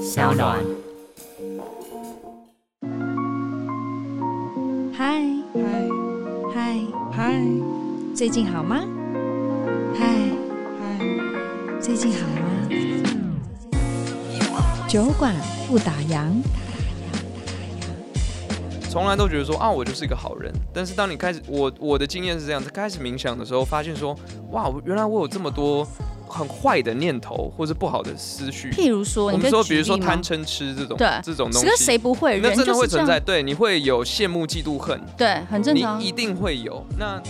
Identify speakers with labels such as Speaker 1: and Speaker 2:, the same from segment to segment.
Speaker 1: 小暖。
Speaker 2: 嗨
Speaker 3: 嗨
Speaker 2: 嗨，
Speaker 3: 嗨
Speaker 2: 最近好吗？嗨，
Speaker 3: 嗨，
Speaker 2: 最近好吗？酒馆不打烊，
Speaker 4: 从来都觉得说啊，我就是一个好人。但是当你开始，我我的经验是这样子，开始冥想的时候，发现说，哇，我原来我有这么多很坏的念头或是不好的思绪。
Speaker 5: 譬如说，
Speaker 4: 我
Speaker 5: 你
Speaker 4: 们
Speaker 5: 可以
Speaker 4: 说，
Speaker 5: 举
Speaker 4: 比如说
Speaker 5: 例吗
Speaker 4: 贪嗔痴这种，
Speaker 5: 对
Speaker 4: 这种东
Speaker 5: 可是
Speaker 4: 西，
Speaker 5: 谁不会？
Speaker 4: 那
Speaker 5: 人
Speaker 4: 真的
Speaker 5: 就
Speaker 4: 会
Speaker 5: 是这
Speaker 4: 存在。
Speaker 5: 样，
Speaker 4: 对，你会有羡慕、嫉妒、恨，
Speaker 5: 对，很正
Speaker 4: 你
Speaker 5: 常啊
Speaker 4: 一。定会有。那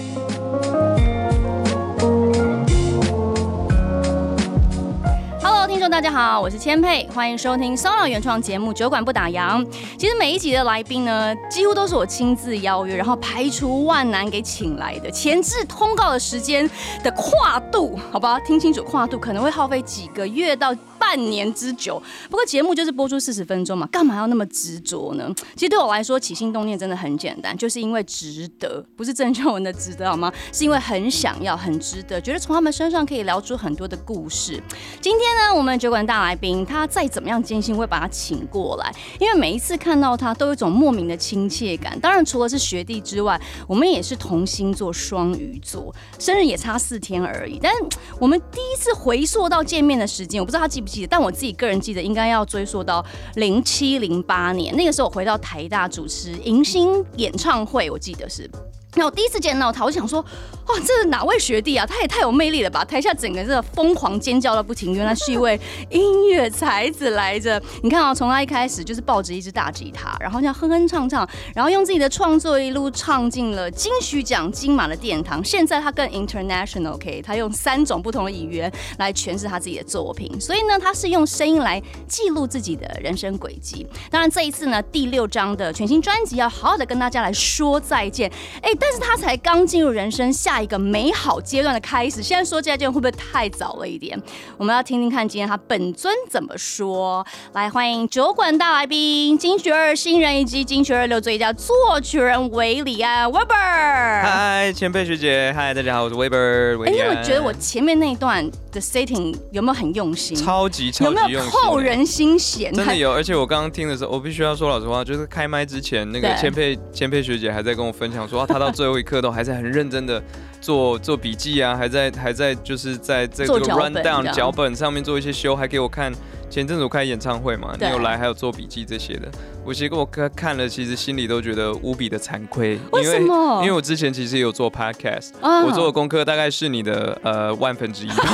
Speaker 5: Hello，听众大家好，我是千佩，欢迎收听 Solo 原创节目《酒馆不打烊》。其实每一集的来宾呢，几乎都是我亲自邀约，然后排除万难给请来的。前置通告的时间的跨度，好吧，听清楚，跨度可能会耗费几个月到半年之久。不过节目就是播出四十分钟嘛，干嘛要那么执着呢？其实对我来说，起心动念真的很简单，就是因为值得，不是郑秀文的值得好吗？是因为很想要，很值得，觉得从他们身上可以聊出很多的故事。今天呢，我们酒馆大来宾，他再怎么样艰辛，会把他请过来，因为每一次看到他，都有一种莫名的亲切感。当然，除了是学弟之外，我们也是同星座双鱼座，生日也差四天而已。但我们第一次回溯到见面的时间，我不知道他记不记得，但我自己个人记得，应该要追溯到零七零八年，那个时候我回到台大主持迎新演唱会，我记得是。那我第一次见到他，我就想说，哇，这是哪位学弟啊？他也太有魅力了吧！台下整个这疯狂尖叫到不停，原来是一位音乐才子来着。你看啊，从他一开始就是抱着一支大吉他，然后这样哼哼唱唱，然后用自己的创作一路唱进了金曲奖、金马的殿堂。现在他更 international，OK，、他用三种不同的语言来诠释他自己的作品，所以呢，他是用声音来记录自己的人生轨迹。当然，这一次呢，第六张的全新专辑要好好的跟大家来说再见。哎、但是他才刚进入人生下一个美好阶段的开始，现在说再见会不会太早了一点？我们要听听看今天他本尊怎么说。来，欢迎酒馆大来宾、金曲二新人以及金曲二六最佳作曲人韦礼安 Weber。
Speaker 4: 嗨，前辈学姐，嗨，大家好，我是 Weber 韦
Speaker 5: 哎、
Speaker 4: 礼
Speaker 5: 你
Speaker 4: 安。
Speaker 5: 有觉得我前面那一段的 setting 有没有很用心？
Speaker 4: 超级超
Speaker 5: 有
Speaker 4: 级
Speaker 5: 没
Speaker 4: 用
Speaker 5: 有
Speaker 4: 心
Speaker 5: 扣
Speaker 4: 欸
Speaker 5: 人心弦？
Speaker 4: 真的有，而且我刚刚听的时候，我必须要说老实话，就是开麦之前，那个
Speaker 5: 对
Speaker 4: 千佩千佩学姐还在跟我分享说，啊她到最后一刻都还在很认真的做做笔记啊，还在还在就是在这这
Speaker 5: 做
Speaker 4: 个
Speaker 5: 脚本
Speaker 4: rundown
Speaker 5: 这样
Speaker 4: 脚本上面做一些修，还给我看。前阵子我开演唱会嘛，你
Speaker 5: 对
Speaker 4: 有来，还有做笔记这些的。我其实我看看了，其实心里都觉得无比的惭愧，
Speaker 5: 为什么
Speaker 4: 因为我之前其实也有做 podcast，
Speaker 5: 嗯
Speaker 4: 我做的功课大概是你的呃万分之一，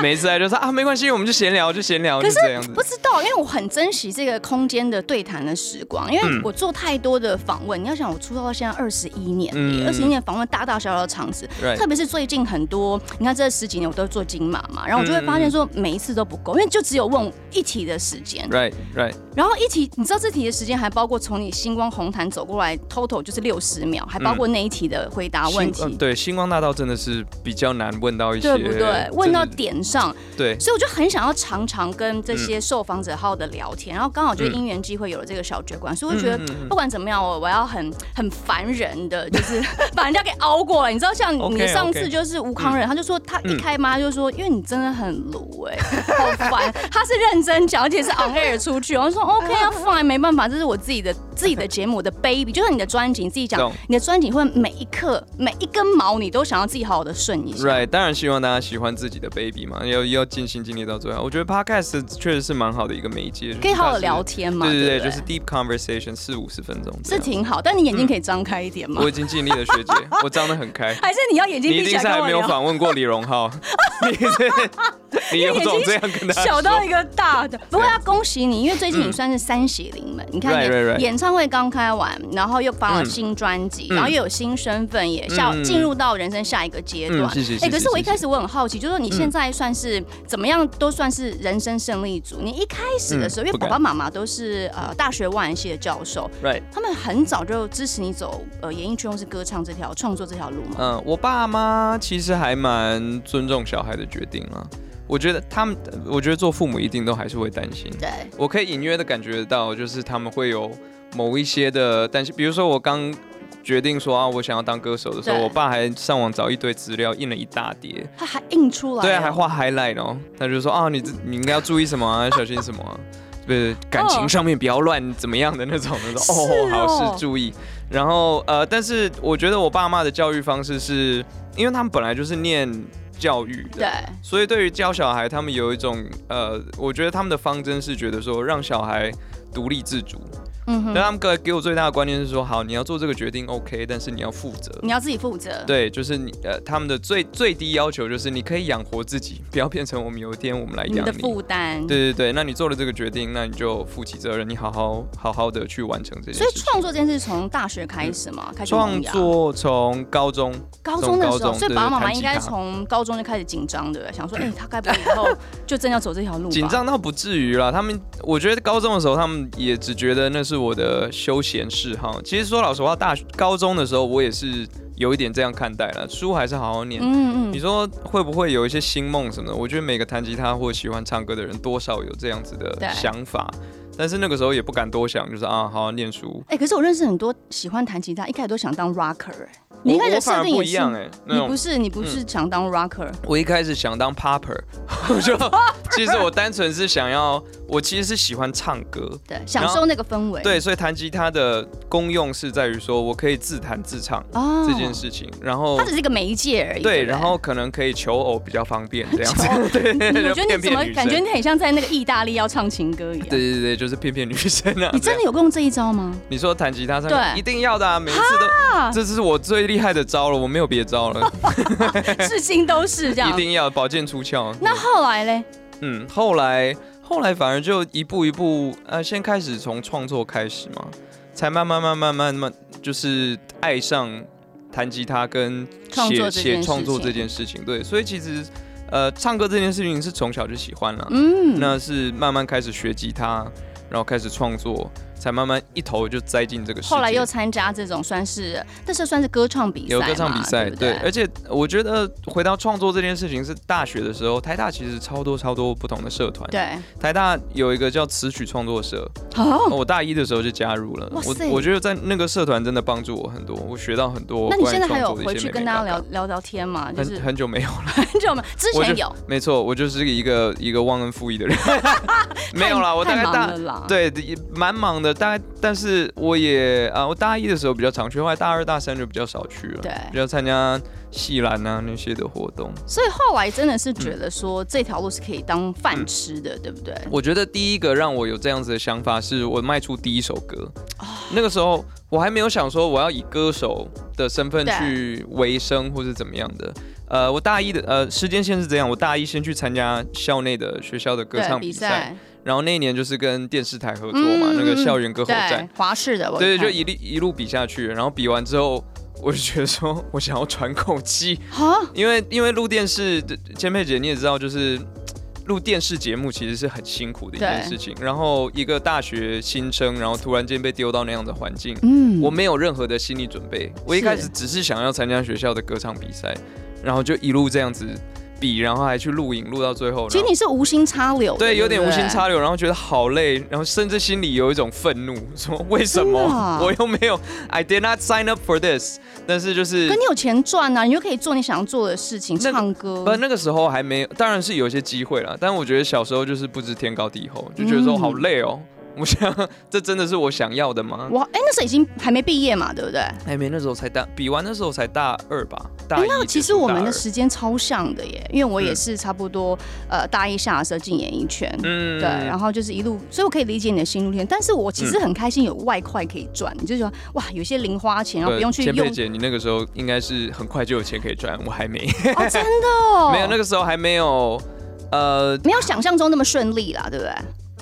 Speaker 4: 每一次来就说啊没关系，我们就闲聊就闲聊，
Speaker 5: 可
Speaker 4: 就是这样子
Speaker 5: 不。知道，因为我很珍惜这个空间的对谈的时光，因为
Speaker 4: 嗯
Speaker 5: 我做太多的访问。你要想，我出道到现在二十一年，
Speaker 4: 嗯
Speaker 5: 二十一年访问大大小小的场子，
Speaker 4: Right
Speaker 5: 特别是最近很多，你看这十几年我都做金马嘛，然后我就会
Speaker 4: 嗯
Speaker 5: 发现说每一次都不够，因为就只有问一题的时间。
Speaker 4: Right, right.
Speaker 5: 然后一题，你知道这题的时间还包括从你星光红毯走过来，total 就是六十秒，还包括
Speaker 4: 嗯
Speaker 5: 那一题的回答啊问题，
Speaker 4: 星呃对，星光大道真的是比较难问到一些，
Speaker 5: 对不对？问到
Speaker 4: 真的
Speaker 5: 点上，
Speaker 4: 对，嗯
Speaker 5: 所以我就很想要常常跟这些受访者好好的聊天，然后刚好就
Speaker 4: 嗯
Speaker 5: 因缘机会有了这个小酒馆，所以我觉得
Speaker 4: 嗯嗯嗯
Speaker 5: 不管怎么样，我我要很很烦人的，就是 把人家给熬过来。你知道，像
Speaker 4: OK，
Speaker 5: 你
Speaker 4: OK
Speaker 5: 上次就是吴康仁，
Speaker 4: 嗯
Speaker 5: 他就说他一开麦就说，因为你真的很卤哎、好烦。他是认真讲，而且是 on air 出去，我就说 OK 啊，fine，没办法，这是我自己的自己的节目，我的 baby，就像你的专辑，你自己讲
Speaker 4: 懂，
Speaker 5: 你的专辑会每一刻每一根毛你都想要自己好好的顺一下。
Speaker 4: Right，当然希望大家喜欢自己的 baby 嘛，要要尽心尽力到最后。我觉得 podcast 确实是蛮好的一个媒介，
Speaker 5: 可以好好
Speaker 4: 的
Speaker 5: 地聊天嘛，
Speaker 4: 对
Speaker 5: 对
Speaker 4: 对
Speaker 5: 不
Speaker 4: 就是 deep conversation 四五十分钟这
Speaker 5: 是
Speaker 4: 样，
Speaker 5: 挺好，但你眼睛可以张开一点吗？
Speaker 4: 我已经尽力了，学姐，我张得很开。
Speaker 5: 还是哎你要眼睛
Speaker 4: 你一
Speaker 5: 闭起
Speaker 4: 定
Speaker 5: 来
Speaker 4: 是
Speaker 5: 跟
Speaker 4: 还
Speaker 5: 我
Speaker 4: 没有
Speaker 5: 聊
Speaker 4: 访问过李荣浩， 你 这你有种这样跟他
Speaker 5: 小到
Speaker 4: 说
Speaker 5: 一个大 的，不过要恭喜你，因为最近你算是三喜临门。你看
Speaker 4: 嗯 Right,
Speaker 5: 演
Speaker 4: right, right
Speaker 5: 演唱会刚开完，然后又发了
Speaker 4: 嗯
Speaker 5: 新专辑，
Speaker 4: 嗯
Speaker 5: 然后又有新身份，也下
Speaker 4: 嗯嗯
Speaker 5: 进入到人生下一个阶段
Speaker 4: 嗯是是。是
Speaker 5: 哎，可
Speaker 4: 是
Speaker 5: 是我
Speaker 4: 是嗯
Speaker 5: 一开始我很好奇，就是说你现在算是怎么样都算是人生胜利组。你一开始的时候，
Speaker 4: 嗯
Speaker 5: 因为
Speaker 4: 不
Speaker 5: 爸
Speaker 4: 敢
Speaker 5: 爸妈妈都是呃大学外文系的教授，
Speaker 4: ，Right。
Speaker 5: 他们很早就支持你走呃演艺圈或是歌唱这条创作这条路嘛。
Speaker 4: 嗯，我爸妈其实还蛮尊重小孩的决定啊。我觉得他们，我觉得做父母一定都还是会担心。
Speaker 5: 对，
Speaker 4: 我可以隐约的感觉到，就是他们会有某一些的担心，比如说我刚决定说啊，我想要当歌手的时候，
Speaker 5: 对
Speaker 4: 我爸还上网找一堆资料，印了一大叠，
Speaker 5: 他还印出来哦，
Speaker 4: 哦 对啊，还画 highlight 哦，他就说啊，你这你应该要注意什么啊，小心什么啊。呃感情上面不要乱怎么样的那种那种
Speaker 5: 是哦
Speaker 4: 好事注意。然后呃，但是我觉得我爸妈的教育方式是，因为他们本来就是念教育的，
Speaker 5: 对，
Speaker 4: 所以对于教小孩，他们有一种呃，我觉得他们的方针是觉得说让小孩独立自主，但
Speaker 5: 嗯哼，
Speaker 4: 他们给给我最大的观念是说，好，你要做这个决定 OK，但是你要负责。
Speaker 5: 你要自己负责。
Speaker 4: 对，就是你呃，他们的最最低要求就是你可以养活自己，不要变成我们有一天我们来
Speaker 5: 你
Speaker 4: 养
Speaker 5: 的
Speaker 4: 你。
Speaker 5: 负担。
Speaker 4: 对对对，那你做了这个决定，那你就负起责任，你好好好好的去完成这件事
Speaker 5: 所以
Speaker 4: 情。
Speaker 5: 创作这件事从大学开始嘛，开始
Speaker 4: 创
Speaker 5: 萌芽
Speaker 4: 作从高中
Speaker 5: 高中的
Speaker 4: 从
Speaker 5: 时
Speaker 4: 高
Speaker 5: 候，
Speaker 4: 中
Speaker 5: 所以爸爸妈妈
Speaker 4: 对
Speaker 5: 应
Speaker 4: 对
Speaker 5: 该
Speaker 4: 弹吉他
Speaker 5: 从高中就开始紧张的，想说，哎，他该不会以后就真要走这条路吧？
Speaker 4: 紧张倒不至于啦，他们我觉得高中的时候，他们也只觉得那是我的休闲嗜好。其实说老实话，大学高中的时候我也是有一点这样看待了，书还是好好念。
Speaker 5: 嗯
Speaker 4: 你
Speaker 5: 嗯，
Speaker 4: 说会不会有一些新梦什么的？我觉得每个弹吉他或喜欢唱歌的人，多少有这样子
Speaker 5: 对
Speaker 4: 的想法，但是那个时候也不敢多想，就是啊，好好念书。
Speaker 5: 哎，可是我认识很多喜欢弹吉他，一开始都想当 rocker，哎，你一
Speaker 4: 我
Speaker 5: 开
Speaker 4: 我
Speaker 5: 始
Speaker 4: 反
Speaker 5: 设
Speaker 4: 而
Speaker 5: 定
Speaker 4: 不
Speaker 5: 也
Speaker 4: 一
Speaker 5: 是
Speaker 4: 样。哎、那
Speaker 5: 你不
Speaker 4: 种嗯
Speaker 5: 是你不是想当 rocker，
Speaker 4: 我一开始想当 popper，我 就其实我单纯是想要，我其实是喜欢唱歌，
Speaker 5: 对，享受那个氛围。
Speaker 4: 对，所以弹吉他的功用是在于说我可以自弹自唱
Speaker 5: 哦
Speaker 4: 这件，事情，然后
Speaker 5: 它只是一个媒介而已。
Speaker 4: 对，
Speaker 5: 不
Speaker 4: 然后可能可以求偶比较方便这样子，对，
Speaker 5: 你
Speaker 4: 就
Speaker 5: 嗯我觉
Speaker 4: 骗
Speaker 5: 得你怎
Speaker 4: 骗
Speaker 5: 么
Speaker 4: 女
Speaker 5: 感觉
Speaker 4: 生
Speaker 5: 你很像在那个意大利要唱情歌一样？
Speaker 4: 对对对，就是骗骗女生啊！
Speaker 5: 你
Speaker 4: 这
Speaker 5: 真
Speaker 4: 样
Speaker 5: 的有用这一招 吗？
Speaker 4: 你说弹吉他上面
Speaker 5: 对
Speaker 4: 一定要的啊，每一次都，这是我最厉害的招了，我没有别招 了，
Speaker 5: 是心都是这样
Speaker 4: 一。定要宝剑出鞘。
Speaker 5: 那后来嘞？
Speaker 4: 嗯，后来后来反而就一步一步，呃，先开始从创作开始嘛，才慢慢慢慢慢慢，就是爱上弹吉他跟
Speaker 5: 创作
Speaker 4: 写
Speaker 5: 这件
Speaker 4: 写
Speaker 5: 事
Speaker 4: 创作
Speaker 5: 情
Speaker 4: 这件事情。对，所以其实呃，唱歌这件事情是从小就喜欢了，
Speaker 5: 嗯，
Speaker 4: 那是慢慢开始学吉他，然后开始创作，才慢慢一头就栽进这个世界。
Speaker 5: 后来又参加这种算是，这是算是歌唱比赛
Speaker 4: 有
Speaker 5: 嘛，
Speaker 4: 歌唱比赛，
Speaker 5: 对不
Speaker 4: 对，而且我觉得回到创作这件事情，是大学的时候，台大其实超多超多不同的社团，
Speaker 5: 对，
Speaker 4: 台大有一个叫词曲创作社，
Speaker 5: 哦，
Speaker 4: 我大一的时候就加入了。
Speaker 5: 哇
Speaker 4: 我
Speaker 5: 塞
Speaker 4: 我觉得在那个社团真的帮助我很多，我学到很多
Speaker 5: 那
Speaker 4: 关于
Speaker 5: 你现
Speaker 4: 创
Speaker 5: 在还有
Speaker 4: 作的一些
Speaker 5: 回去
Speaker 4: 美
Speaker 5: 跟
Speaker 4: 美
Speaker 5: 大家
Speaker 4: 嘎嘎
Speaker 5: 聊聊聊天吗？就
Speaker 4: 很
Speaker 5: 是
Speaker 4: 很久没有了，
Speaker 5: 很久吗？之
Speaker 4: 我
Speaker 5: 前
Speaker 4: 就
Speaker 5: 有，
Speaker 4: 没错，我就是一个一个忘恩负义 的人，没有啦，我大
Speaker 5: 太
Speaker 4: 概
Speaker 5: 忙
Speaker 4: 大
Speaker 5: 了啦。，
Speaker 4: 对也蛮忙的，大概但是我也啊、我大一的时候比较常去，后来大二大三就比较少去了，
Speaker 5: 对
Speaker 4: 比较参加系篮啊那些的活动。
Speaker 5: 所以后来真的是觉得说这条路是可以当饭吃的，对不对？
Speaker 4: 嗯我觉得第一个让我有这样子的想法，是我卖出第一首歌。
Speaker 5: 哦
Speaker 4: 那个时候我还没有想说我要以歌手的身份
Speaker 5: 对
Speaker 4: 去维生或是怎么样的。呃，我大一的呃时间线是这样，我大一先去参加校内的学校的歌
Speaker 5: 对
Speaker 4: 唱比赛，，然后那一年就是跟电视台合作嘛，
Speaker 5: 嗯
Speaker 4: 那个校园歌喉
Speaker 5: 对
Speaker 4: 战，，
Speaker 5: 华视的，我
Speaker 4: 对，
Speaker 5: 看
Speaker 4: 就一路一路比下去，然后比完之后。我就觉得说，我想要喘口气，
Speaker 5: 啊，
Speaker 4: 因为因为录电视，千佩姐你也知道，就是嘖录电视节目其实是很辛苦的一件
Speaker 5: 对
Speaker 4: 事情。然后一个大学新生，然后突然间被丢到那样的环境，
Speaker 5: 嗯
Speaker 4: 我没有任何的心理准备。我一
Speaker 5: 是
Speaker 4: 开始只是想要参加学校的歌唱比赛，然后就一路这样子比，然后还去录影，录到最后。
Speaker 5: 其实
Speaker 4: 然后
Speaker 5: 你是无心插柳的，
Speaker 4: 对，有点
Speaker 5: 不
Speaker 4: 无心插柳，然后觉得好累，然后甚至心里有一种愤怒，说为什么、
Speaker 5: 真的啊
Speaker 4: 我又没有，I did not sign up for this。但是就是
Speaker 5: 可你有钱赚啊，你又可以做你想要做的事情，
Speaker 4: 那个呃
Speaker 5: 唱歌。
Speaker 4: 不，那个时候还没有，当然是有一些机会啦。但我觉得小时候就是不知天高地厚，就觉得说
Speaker 5: 嗯
Speaker 4: 好累哦。我想，这真的是我想要的吗？
Speaker 5: 哇，哎、那时候已经还没毕业嘛，对不对？
Speaker 4: 还没，那时候才大，比完那时候才大二吧，大一
Speaker 5: 哎
Speaker 4: 结束大二、
Speaker 5: 那其实我们的时间超像的耶，因为我也是差不多、呃大一下的时候进演艺圈。
Speaker 4: 嗯
Speaker 5: 对，然后就是一路，所以我可以理解你的心路历程，但是我其实很开心有外快可以赚，你就觉得哇，有些零花钱，然后不用去
Speaker 4: 千
Speaker 5: 用
Speaker 4: 佩姐，你那个时候应该是很快就有钱可以赚，我还没，，
Speaker 5: 哦，真的、哦
Speaker 4: 没有，那个时候还没有，呃，
Speaker 5: 没有想象中那么顺利啦，对不对？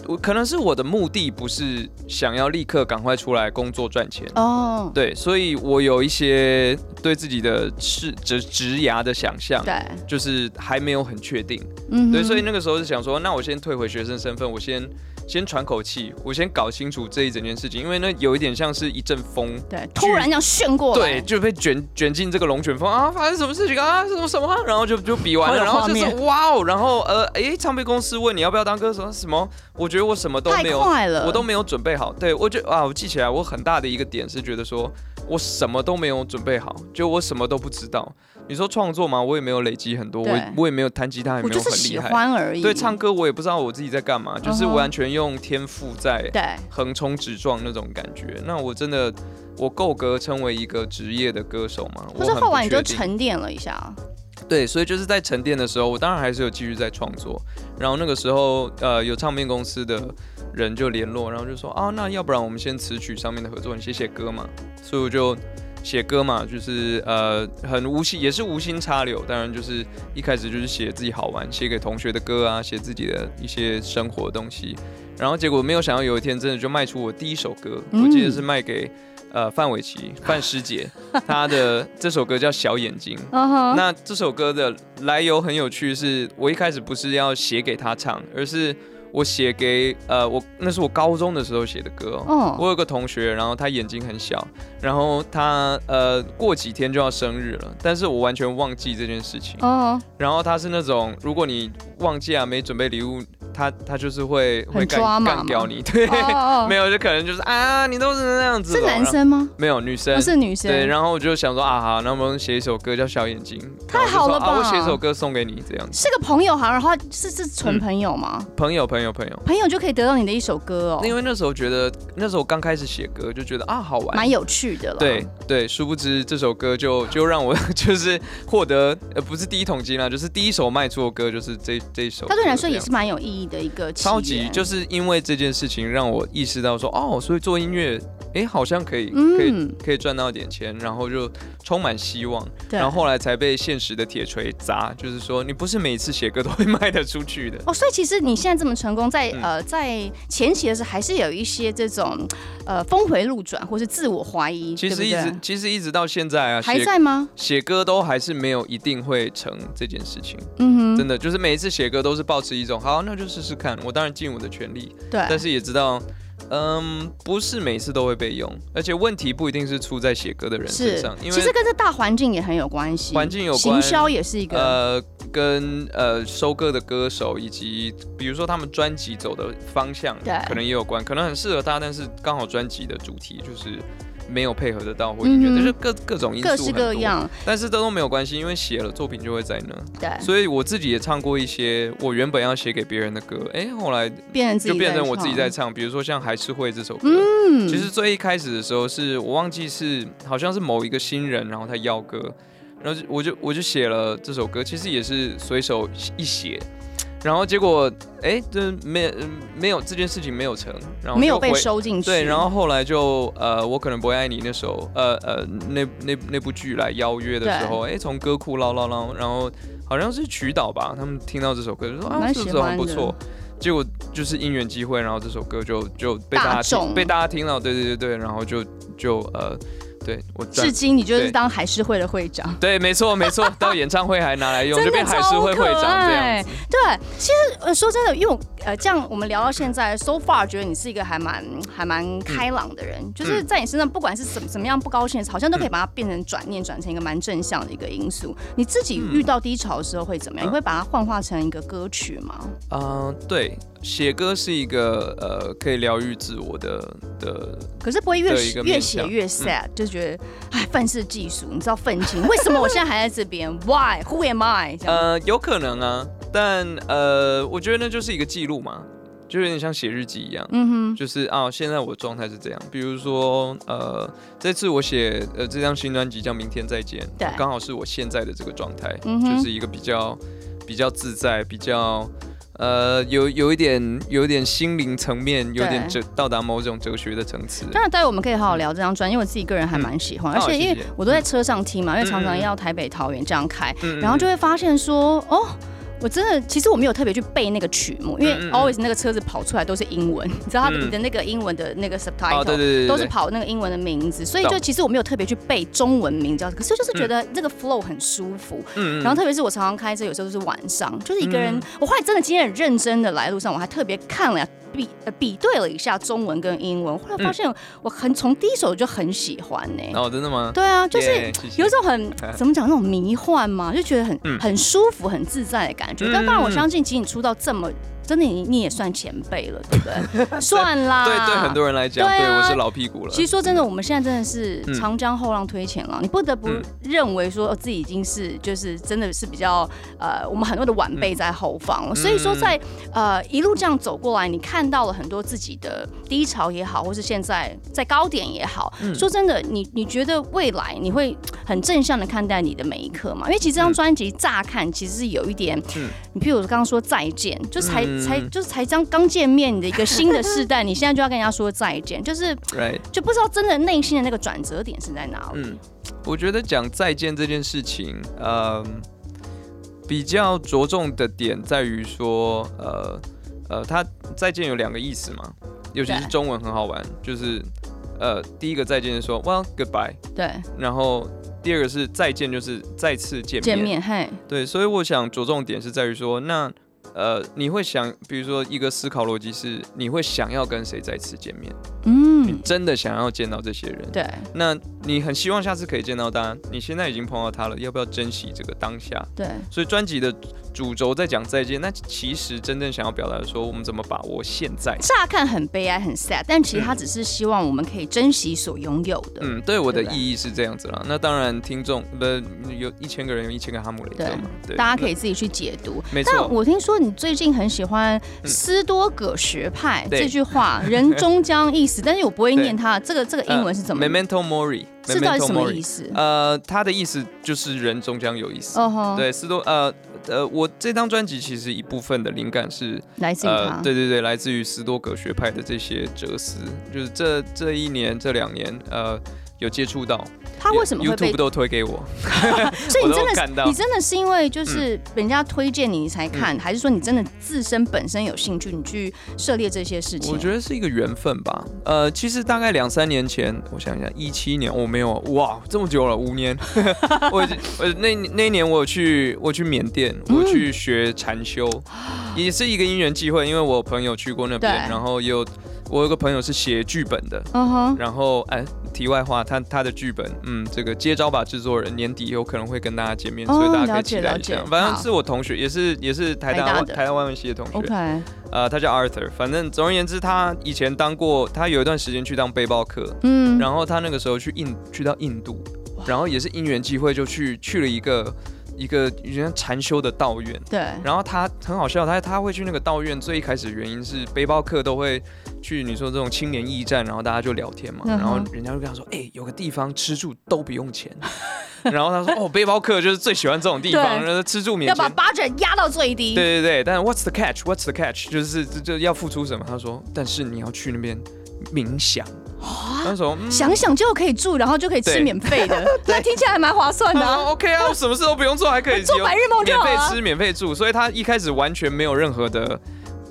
Speaker 4: 我可能是我的目的不是想要立刻赶快出来工作赚钱，
Speaker 5: 哦，
Speaker 4: 对，所以我有一些对自己的是职职涯的想象，
Speaker 5: 对，
Speaker 4: 就是还没有很确定，
Speaker 5: 嗯哼
Speaker 4: 对，所以那个时候是想说，那我先退回学生身份，我先先喘口气，我先搞清楚这一整件事情，因为那有一点像是一阵风，
Speaker 5: 对，突然这样炫过来
Speaker 4: 对，，就被卷卷进这个龙卷风啊，发生什么事情啊，什么什么啊，然后就就比完了，
Speaker 5: 好有
Speaker 4: 然后就是
Speaker 5: 画面
Speaker 4: 哇哦，然后呃，诶，唱片公司问你要不要当歌手，什么，我觉得我什么都
Speaker 5: 太
Speaker 4: 没有，
Speaker 5: 快了，
Speaker 4: 我都没有准备好，对我觉得啊，我记起来，我很大的一个点是觉得说，我什么都没有准备好，就我什么都不知道。你说创作嘛，我也没有累积很多，我也
Speaker 5: 对
Speaker 4: 我也没有弹吉他，也
Speaker 5: 我
Speaker 4: 没
Speaker 5: 就
Speaker 4: 有
Speaker 5: 是
Speaker 4: 很
Speaker 5: 喜
Speaker 4: 厉害。
Speaker 5: 欢而已。
Speaker 4: 对，唱歌我也不知道我自己在干嘛，就是
Speaker 5: 嗯哼
Speaker 4: 完全用天赋在
Speaker 5: 对
Speaker 4: 横冲直撞那种感觉。那我真的，我够格成为一个职业的歌手吗？
Speaker 5: 可
Speaker 4: 我
Speaker 5: 是
Speaker 4: 很
Speaker 5: 后
Speaker 4: 不
Speaker 5: 来你
Speaker 4: 确
Speaker 5: 就
Speaker 4: 定。
Speaker 5: 沉淀了一下，啊
Speaker 4: 对，所以就是在沉淀的时候，我当然还是有继续在创作。然后那个时候，呃，有唱片公司的人就联络，然后就说啊，那要不然我们先词曲上面的合作，你写写歌嘛。所以我就写歌嘛，就是呃，很无心，也是无心插柳。当然就是一开始就是写自己好玩，写给同学的歌啊，写自己的一些生活的东西。然后结果没有想到有一天真的就卖出我第一首歌，我记得是卖给呃范玮琪范师姐，她的这首歌叫《小眼睛》。
Speaker 5: 嗯哼，
Speaker 4: 那这首歌的来由很有趣是，我一开始不是要写给他唱，而是我写给呃，我那是我高中的时候写的歌哦。
Speaker 5: 哦，
Speaker 4: 我有个同学，然后他眼睛很小，然后他呃过几天就要生日了，但是我完全忘记这件事 情。
Speaker 5: 哦，
Speaker 4: 然后他是那种，如果你忘记啊，没准备礼物，他他就是会会
Speaker 5: 很抓
Speaker 4: 干
Speaker 5: 马
Speaker 4: 干
Speaker 5: 嘛
Speaker 4: 掉你，对，
Speaker 5: 哦
Speaker 4: 没有就可能就是啊，你都是那样子
Speaker 5: 是
Speaker 4: 了
Speaker 5: 男，
Speaker 4: 然后
Speaker 5: 生吗？
Speaker 4: 没有女生
Speaker 5: 不，是女生，
Speaker 4: 对，然后我就想说啊，好，那我们写一首歌叫《小眼睛》，
Speaker 5: 太
Speaker 4: 然后我就
Speaker 5: 好了
Speaker 4: 说啊，我
Speaker 5: 吧
Speaker 4: 写一首歌送给你，这样子，
Speaker 5: 是个朋友行，然后是是
Speaker 4: 嗯
Speaker 5: 纯朋友吗？
Speaker 4: 朋友，朋友，朋友。
Speaker 5: 朋友就可以得到你的一首歌哦，
Speaker 4: 因为那时候觉得，那时候刚开始写歌就觉得啊，好玩
Speaker 5: 蛮，有趣的了。
Speaker 4: 对对，殊不知这首歌就就让我 就是获得呃不是第一桶金啦，就是第一首卖出的歌就是这这一首歌这样。
Speaker 5: 他对你来说也是蛮有意义的一个
Speaker 4: 超
Speaker 5: 起
Speaker 4: 级，
Speaker 5: 源
Speaker 4: 就是因为这件事情让我意识到说哦，所以做音乐，哎，好像可以可以
Speaker 5: 嗯，
Speaker 4: 可以赚到点钱，然后就充满希望。
Speaker 5: 对。
Speaker 4: 然后后来才被现实的铁锤砸，就是说你不是每一次写歌都会卖得出去 的。
Speaker 5: 哦，所以其实你现在这么成功，在、
Speaker 4: 嗯
Speaker 5: 呃在前期的时候，还是有一些这种呃峰回路转，或是自我怀疑，
Speaker 4: 其实
Speaker 5: 对
Speaker 4: 一
Speaker 5: 不对
Speaker 4: 直啊其实一直到现在啊，
Speaker 5: 还
Speaker 4: 写
Speaker 5: 在吗？
Speaker 4: 写歌都还是没有一定会成这件事情，
Speaker 5: 嗯
Speaker 4: 真
Speaker 5: 哼，
Speaker 4: 的就是每一次写歌都是保持一种好，那就试试看，我当然尽我的全力，但
Speaker 5: 对，
Speaker 4: 是也知道。嗯，不是每次都会被用，而且问题不一定是出在写歌的人身上，因
Speaker 5: 其实
Speaker 4: 为
Speaker 5: 跟这大环境也很有关系，
Speaker 4: 环境有关
Speaker 5: 行销也是一个，
Speaker 4: 呃，跟呃收割的歌手以及比如说他们专辑走的方向
Speaker 5: 对，
Speaker 4: 可能也有关，可能很适合他，但是刚好专辑的主题就是没有配合得到，或者觉
Speaker 5: 嗯哼
Speaker 4: 得就是各各种因素
Speaker 5: 各式
Speaker 4: 很
Speaker 5: 各
Speaker 4: 多，
Speaker 5: 样，
Speaker 4: 但是这都没有关系，因为写了作品就会在那，
Speaker 5: 对，
Speaker 4: 所以我自己也唱过一些我原本要写给别人的歌，哎，后来
Speaker 5: 变成自己
Speaker 4: 就变成我自己在
Speaker 5: 唱，
Speaker 4: 唱，比如说像还是会这首歌。
Speaker 5: 嗯，
Speaker 4: 其实最一开始的时候是我忘记是好像是某一个新人，然后他要歌，然后就我就我就写了这首歌，其实也是随手一写，然后结果哎，这没嗯没有这件事情没有成，然后
Speaker 5: 没有
Speaker 4: 就
Speaker 5: 被
Speaker 4: 回
Speaker 5: 收进去，
Speaker 4: 对，然后后来就呃，我可能不会爱你那首呃呃那那那部剧来邀约的时候，哎，从歌库捞捞捞，然后好像是曲导吧，他们听到这首歌就说啊，
Speaker 5: 蛮
Speaker 4: 这
Speaker 5: 喜
Speaker 4: 首很
Speaker 5: 欢
Speaker 4: 不
Speaker 5: 的
Speaker 4: 错。结果就是因缘机会，然后这首歌就就被
Speaker 5: 大
Speaker 4: 大家
Speaker 5: 众
Speaker 4: 听被大家听到，对对对对，然后就就呃，对我转
Speaker 5: 至今你就是
Speaker 4: 对
Speaker 5: 当海事会的会长。
Speaker 4: 对，没错没错，到演唱会还拿来用，
Speaker 5: 真
Speaker 4: 就
Speaker 5: 的
Speaker 4: 变海事会会
Speaker 5: 超可欸
Speaker 4: 长这
Speaker 5: 爱
Speaker 4: 样子。
Speaker 5: 对，其实呃说真的，因为我呃这样我们聊到现在，so far 觉得你是一个还蛮还
Speaker 4: 嗯
Speaker 5: 蛮开朗的人，就是在你身上不管是怎么怎么样不高兴的事，好像都可
Speaker 4: 嗯
Speaker 5: 以把它变成转念，转成一个蛮正向的一个因素。你自己遇到低潮的时候会怎么
Speaker 4: 嗯
Speaker 5: 样？你会把它幻化成一个歌曲吗？
Speaker 4: 嗯、对，写歌是一个呃可以疗愈自我的的
Speaker 5: 可是不会越
Speaker 4: 对一个
Speaker 5: 越
Speaker 4: 面
Speaker 5: 写
Speaker 4: 向嗯
Speaker 5: 越 sad，就觉得哎愤世嫉俗，你知道愤青为什么我现在还在这边？Why? Who am I？这样
Speaker 4: 呃，有可能啊，但呃，我觉得那就是一个记录嘛，就有点像写日记一样。
Speaker 5: 嗯哼，
Speaker 4: 就是啊，现在我状态是这样。比如说，呃，这次我写呃这张新专辑叫《明天再见
Speaker 5: 对》，
Speaker 4: 刚好是我现在的这个状态，
Speaker 5: 嗯哼
Speaker 4: 就是一个比较比较自在，比较呃有有一点有一点心灵层面，有点
Speaker 5: 对
Speaker 4: 哲到达某种哲学的层次。
Speaker 5: 当然，待会我们可以好好聊这张专辑，因为我自己个人还蛮喜欢，
Speaker 4: 嗯
Speaker 5: 而且因
Speaker 4: 哦
Speaker 5: 为
Speaker 4: 谢谢
Speaker 5: 我都在车上听嘛，因为常常
Speaker 4: 嗯嗯嗯
Speaker 5: 要台北、桃园这样开，
Speaker 4: 嗯
Speaker 5: 然后就会发现说，哦。我真的，其实我没有特别去背那个曲目，因为
Speaker 4: 嗯嗯嗯
Speaker 5: always 那个车子跑出来都是英文，你知道它
Speaker 4: 嗯
Speaker 5: 你的那个英文的那
Speaker 4: 哦，
Speaker 5: 个
Speaker 4: 对
Speaker 5: subtitle
Speaker 4: 对对对对，
Speaker 5: 都是跑那个英文的名字，所以就
Speaker 4: 懂嗯
Speaker 5: 其实我没有特别去背中文名叫，可是就是觉得这个 flow 很舒服，
Speaker 4: 嗯，嗯
Speaker 5: 然后特别是我常常开车，有时候就是晚上，就是一个人。
Speaker 4: 嗯
Speaker 5: 我后来真的今天很认真的来路上，我还特别看了比呃比对了一下中文跟英文，后来发现我很从第一首就很喜欢呢、
Speaker 4: 嗯哦，真的吗？
Speaker 5: 对啊，就是
Speaker 4: 耶谢谢
Speaker 5: 有一种 很怎么讲那种迷幻嘛，就觉得很、
Speaker 4: 嗯
Speaker 5: 很舒服、很自在的感觉。
Speaker 4: 嗯
Speaker 5: 但当然，我相信，仅仅出道这么真的你你也算前辈了，对不 对？算啦，
Speaker 4: 对对，很多人来讲，
Speaker 5: 对
Speaker 4: 对
Speaker 5: 啊
Speaker 4: 我是老屁股了。
Speaker 5: 其实说真的，我们现在真的是
Speaker 4: 嗯
Speaker 5: 长江后浪推前浪，你不得不
Speaker 4: 嗯
Speaker 5: 认为说哦自己已经是就是真的是比较呃，我们很多的晚辈在后方了。
Speaker 4: 嗯
Speaker 5: 所以说在呃一路这样走过来，你看到了很多自己的低潮也好，或是现在在高点也好。
Speaker 4: 嗯
Speaker 5: 说真的，你你觉得未来你会很正向的看待你的每一刻吗？因为其实这张专辑乍看其实是有一点，
Speaker 4: 嗯
Speaker 5: 你譬如我刚刚说再见，就才、
Speaker 4: 嗯
Speaker 5: 才就是才刚刚见面，你的一个新的世代，你现在就要跟人家说再见，就是。
Speaker 4: right，
Speaker 5: 就不知道真的内心的那个转折点是在哪里。
Speaker 4: 嗯，我觉得讲再见这件事情，呃，比较着重的点在于说，呃呃，它再见有两个意思嘛，尤其是
Speaker 5: 对
Speaker 4: 中文很好玩，就是呃，第一个再见是说 well goodbye，
Speaker 5: 对，
Speaker 4: 然后第二个是再见就是再次见面，
Speaker 5: 见面嘿，
Speaker 4: 对，所以我想着重点是在于说，那呃，你会想，比如说一个思考逻辑是，你会想要跟谁再次见面？
Speaker 5: 嗯，
Speaker 4: 真的想要见到这些人？
Speaker 5: 对，
Speaker 4: 那你很希望下次可以见到他，你现在已经碰到他了，要不要珍惜这个当下？
Speaker 5: 对，
Speaker 4: 所以专辑的主轴在讲再见，那其实真正想要表达的说，我们怎么把握现在？
Speaker 5: 乍看很悲哀很 sad，但其实他只是希望我们可以珍惜所拥有的。
Speaker 4: 嗯，对，我的
Speaker 5: 对吧
Speaker 4: 意义是这样子啦。那当然，听众不有一千个人有一千个哈姆雷特嘛，对，嗯
Speaker 5: 大家可以自己去解读。
Speaker 4: 没
Speaker 5: 但
Speaker 4: 错，
Speaker 5: 我听说你最近很喜欢“
Speaker 4: 嗯
Speaker 5: 斯多葛学派”
Speaker 4: 对
Speaker 5: 这句话，人终将一死，但是我不会
Speaker 4: 对
Speaker 5: 念它。这个这个英文是怎么？
Speaker 4: 嗯？Memento Mori，
Speaker 5: 是到底什么意
Speaker 4: 思？
Speaker 5: 思？
Speaker 4: 呃，他的意思就是人终将有意思。
Speaker 5: 哦吼，
Speaker 4: 对，斯多呃呃，我这张专辑其实一部分的灵感是
Speaker 5: 来自于
Speaker 4: 呃
Speaker 5: 他，。
Speaker 4: 对对对，来自于斯多葛学派的这些哲思，就是这这一年这两年呃有接触到，
Speaker 5: 他为什么会被
Speaker 4: YouTube 都推给我，
Speaker 5: 所以
Speaker 4: 我都
Speaker 5: 你真
Speaker 4: 有
Speaker 5: 的
Speaker 4: 看
Speaker 5: 是，
Speaker 4: 到嗯
Speaker 5: 你。真的是因为就是人家推荐你才看，还是说你真的自身本身有兴趣，你去涉猎这些事情？
Speaker 4: 我觉得是一个缘分吧，呃，其实大概两三年前，我想一下，一七年我、没有哇，这么久了，五年， 我已经我那那一年我有去我去缅甸，
Speaker 5: 嗯
Speaker 4: 我去学禅修，也是一个因缘际会，因为我朋友去过那边，
Speaker 5: 对
Speaker 4: 然后也有我有个朋友是写剧本的，
Speaker 5: 嗯哼，
Speaker 4: 然后，哎，题外话，他他的剧本，嗯，这个接招吧制作人年底有可能会跟大家见面，
Speaker 5: 哦
Speaker 4: 所以大家可
Speaker 5: 了
Speaker 4: 以期
Speaker 5: 解
Speaker 4: 待
Speaker 5: 了
Speaker 4: 一下
Speaker 5: 解。
Speaker 4: 反正
Speaker 5: 好
Speaker 4: 是我同学，也是也是台
Speaker 5: 台
Speaker 4: 大
Speaker 5: 大
Speaker 4: 湾
Speaker 5: 的
Speaker 4: 台大外文系的同学，
Speaker 5: OK，
Speaker 4: 呃，他叫 Arthur，反正总而言之，他以前当过，他有一段时间去当背包客，
Speaker 5: 嗯，
Speaker 4: 然后他那个时候去印去到印度，然后也是因缘际会就去去了一个一个人家禅修的道院。
Speaker 5: 对，
Speaker 4: 然后他很好笑，他他会去那个道院，最一开始原因是背包客都会去你说这种青年驿站，然后大家就聊天嘛，
Speaker 5: 嗯哼
Speaker 4: 然后人家就跟他说，哎、有个地方吃住都不用钱。 然后他说，哦，背包客就是最喜欢这种地方，
Speaker 5: 对
Speaker 4: 然后吃住免
Speaker 5: 要把
Speaker 4: 钱。
Speaker 5: 八折压到最低。
Speaker 4: 对对对，但 What's the catch? What's the catch? 就是这这要付出什么？他说，但是你要去那边冥想。他说，嗯、
Speaker 5: 想想就可以住，然后就可以吃
Speaker 4: 对
Speaker 5: 免费的，那听起来还蛮划算的
Speaker 4: 啊
Speaker 5: 啊。
Speaker 4: OK 啊，我什么事都不用做，还可以
Speaker 5: 做
Speaker 4: 有
Speaker 5: 白日梦就
Speaker 4: 免
Speaker 5: 好啊
Speaker 4: 费
Speaker 5: 了
Speaker 4: 吃、免费住，所以他一开始完全没有任何的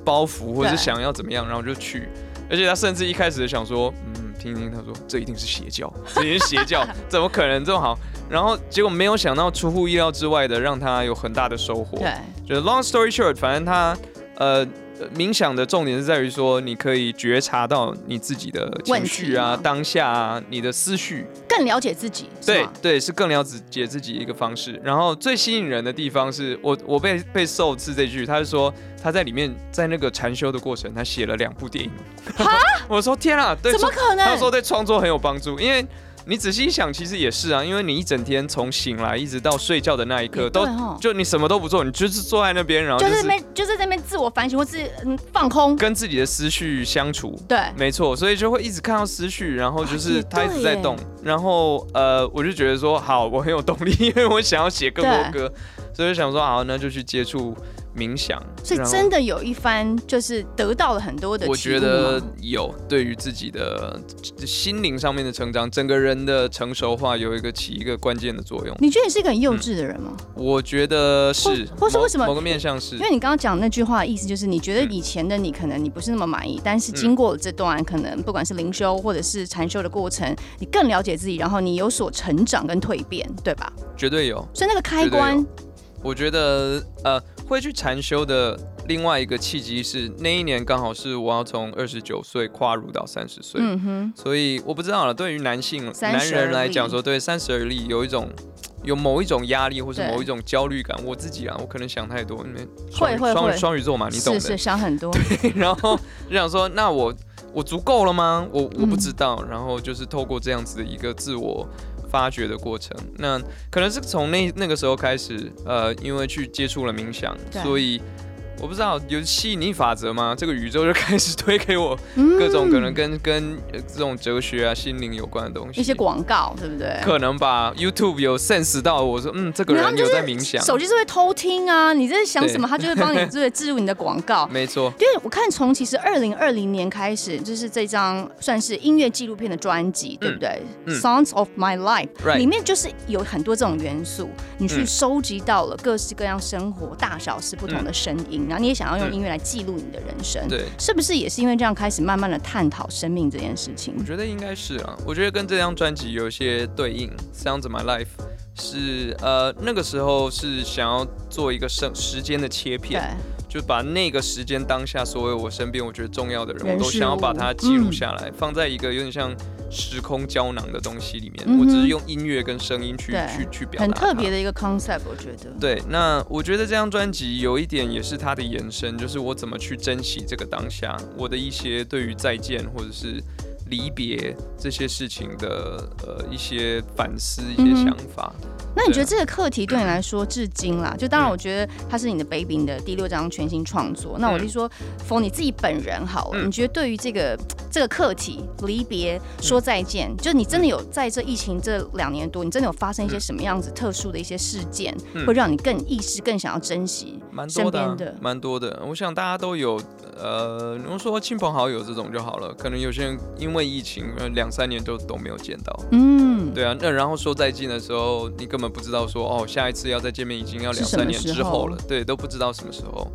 Speaker 4: 包袱，或者是
Speaker 5: 对
Speaker 4: 想要怎么样，然后就去。而且他甚至一开始想说，嗯，听听他说，这一定是邪教，这一定是邪教， 怎么可能这么好？然后结果没有想到，出乎意料之外的，让他有很大的收获。
Speaker 5: 对，
Speaker 4: 就是 long story short，反正他呃呃冥想的重点是在于说，你可以觉察到你自己的
Speaker 5: 问
Speaker 4: 情
Speaker 5: 题
Speaker 4: 绪啊、
Speaker 5: 吗
Speaker 4: 当下啊、你的思绪，
Speaker 5: 更了解自己。是
Speaker 4: 对
Speaker 5: 吗
Speaker 4: 对，是更了解自己一个方式。然后最吸引人的地方是我我被被受是这句，他是说他在里面在那个禅修的过程，他写了两部电影。 我说天啊，对，
Speaker 5: 怎么
Speaker 4: 创
Speaker 5: 可
Speaker 4: 他
Speaker 5: 能？
Speaker 4: 说对创作很有帮助，因为。你仔细一想，其实也是啊，因为你一整天从醒来一直到睡觉的那一刻，
Speaker 5: 也
Speaker 4: 都
Speaker 5: 对哦
Speaker 4: 就你什么都不做，你就是坐在那边，然后
Speaker 5: 就
Speaker 4: 就是是
Speaker 5: 那边就是在那边自我反省，或是嗯放空。
Speaker 4: 跟自己的思绪相处，
Speaker 5: 对，
Speaker 4: 没错，所以就会一直看到思绪，然后就
Speaker 5: 啊
Speaker 4: 是
Speaker 5: 也
Speaker 4: 它一直
Speaker 5: 对
Speaker 4: 在
Speaker 5: 耶
Speaker 4: 动，然后呃，我就觉得说好，我很有动力，因为我想要写更多
Speaker 5: 对
Speaker 4: 歌，所以就想说好，那就去接触冥想。
Speaker 5: 所以
Speaker 4: 然后
Speaker 5: 真的有一番就是得到了很多的。
Speaker 4: 我觉得。有对于自己的心灵上面的成长，整个人的成熟化有一个起一个关键的作用。
Speaker 5: 你觉得你是一个很幼稚的人吗？
Speaker 4: 我觉得是，
Speaker 5: 或是
Speaker 4: 某
Speaker 5: 为什么
Speaker 4: 某个面向是
Speaker 5: 因为你刚刚讲那句话的意思就是，你觉得
Speaker 4: 嗯
Speaker 5: 以前的你可能你不是那么满意，但是经过了这段可能不管是灵修或者是禅修的过程，你更了解自己，然后你有所成长跟蜕变，对吧？
Speaker 4: 绝对有，
Speaker 5: 所以那个开关
Speaker 4: 绝，我觉得呃，会去禅修的另外一个契机是那一年刚好是我要从二十九岁跨入到三十岁，
Speaker 5: 嗯哼，
Speaker 4: 所以我不知道了。对于男性
Speaker 5: 三
Speaker 4: 男
Speaker 5: 十而
Speaker 4: 人来
Speaker 5: 立
Speaker 4: 讲说，对三十而立有一种有某一种压力或是
Speaker 5: 对
Speaker 4: 某一种焦虑感。我自己啊，我可能想太多，因为双鱼
Speaker 5: 会会
Speaker 4: 双
Speaker 5: 会
Speaker 4: 鱼双鱼座嘛，你懂的。
Speaker 5: 是是想很多，
Speaker 4: 然后就想说，那我我足够了吗？我我不
Speaker 5: 嗯
Speaker 4: 知道。然后就是透过这样子的一个自我发掘的过程，那可能是从那那个时候开始，呃，因为去接触了冥想，
Speaker 5: 对
Speaker 4: 所以。我不知道有吸引力法则吗？这个宇宙就开始推给我各
Speaker 5: 各
Speaker 4: 种可能跟、跟呃这种哲学啊、心灵有关的东西。
Speaker 5: 一些广告，对不对？
Speaker 4: 可能吧，YouTube 有 sense 到我说，嗯，这个
Speaker 5: 没有他
Speaker 4: 人
Speaker 5: 们
Speaker 4: 有
Speaker 5: 就是
Speaker 4: 在冥想，
Speaker 5: 手机是会偷听啊，你在想什么，
Speaker 4: 对
Speaker 5: 它就会帮你对置入你的广告。
Speaker 4: 没错，
Speaker 5: 因为我看从其实二零二零年开始，就是这张算是音乐纪录片的专辑，对不对、
Speaker 4: 嗯
Speaker 5: s o u n d s of My Life、
Speaker 4: Right
Speaker 5: 里面就是有很多这种元素，你去
Speaker 4: 嗯
Speaker 5: 收集到了各式各样生活大小事不同的声音，然后你也想要用音乐来记录你的人生，
Speaker 4: 嗯对，
Speaker 5: 是不是也是因为这样开始慢慢的探讨生命这件事情
Speaker 4: 我？觉得应该是啊，我觉得跟这张专辑有一些对应，《Sounds of My Life》是呃那个时候是想要做一个生时间的切
Speaker 5: 对
Speaker 4: 片，，就把那个时间当下所有我身边我觉得重要的人，
Speaker 5: 人
Speaker 4: 我都
Speaker 5: 事
Speaker 4: 想要把
Speaker 5: 物
Speaker 4: 它记录
Speaker 5: 嗯
Speaker 4: 下来，放在一个有点像时空胶囊的东西里面。
Speaker 5: 嗯
Speaker 4: 我
Speaker 5: 哼
Speaker 4: 只是用音乐跟声音去
Speaker 5: 对
Speaker 4: 去去表达，
Speaker 5: 很特别。的一个 concept，我觉得。
Speaker 4: 对，那我觉得这张专辑有一点也是它的延伸，就是我怎么去珍惜这个当下，我的一些对于再见或者是离别这些事情的呃一些反思、一
Speaker 5: 嗯
Speaker 4: 些
Speaker 5: 哼
Speaker 4: 想法。
Speaker 5: 那你
Speaker 4: 对啊
Speaker 5: 觉得这个课题对你来说，至今啦，就当然
Speaker 4: 嗯
Speaker 5: 我觉得它是你的 baby 你的第六张全新创作。那我就说，for 你自己本人好了，
Speaker 4: 嗯
Speaker 5: 你觉得对于这个这个课题，离别、说再见，就你真的有在这疫情这两年多，你真的有发生一些
Speaker 4: 嗯
Speaker 5: 什么样子特殊的一些事件，
Speaker 4: 嗯
Speaker 5: 会让你更意识、更想要珍惜？
Speaker 4: 蛮多的啊、
Speaker 5: 身边的
Speaker 4: 蛮多的。我想大家都有，呃，你说亲朋好友这种就好了。可能有些人因为疫情，呃两三年都都没有见到。
Speaker 5: 嗯，
Speaker 4: 对啊，那然后说再见的时候，你根本不知道说哦，下一次要再见面已经要
Speaker 5: 是
Speaker 4: 两
Speaker 5: 什么
Speaker 4: 三年
Speaker 5: 时
Speaker 4: 之
Speaker 5: 候
Speaker 4: 后了，对，都不知道什么时候，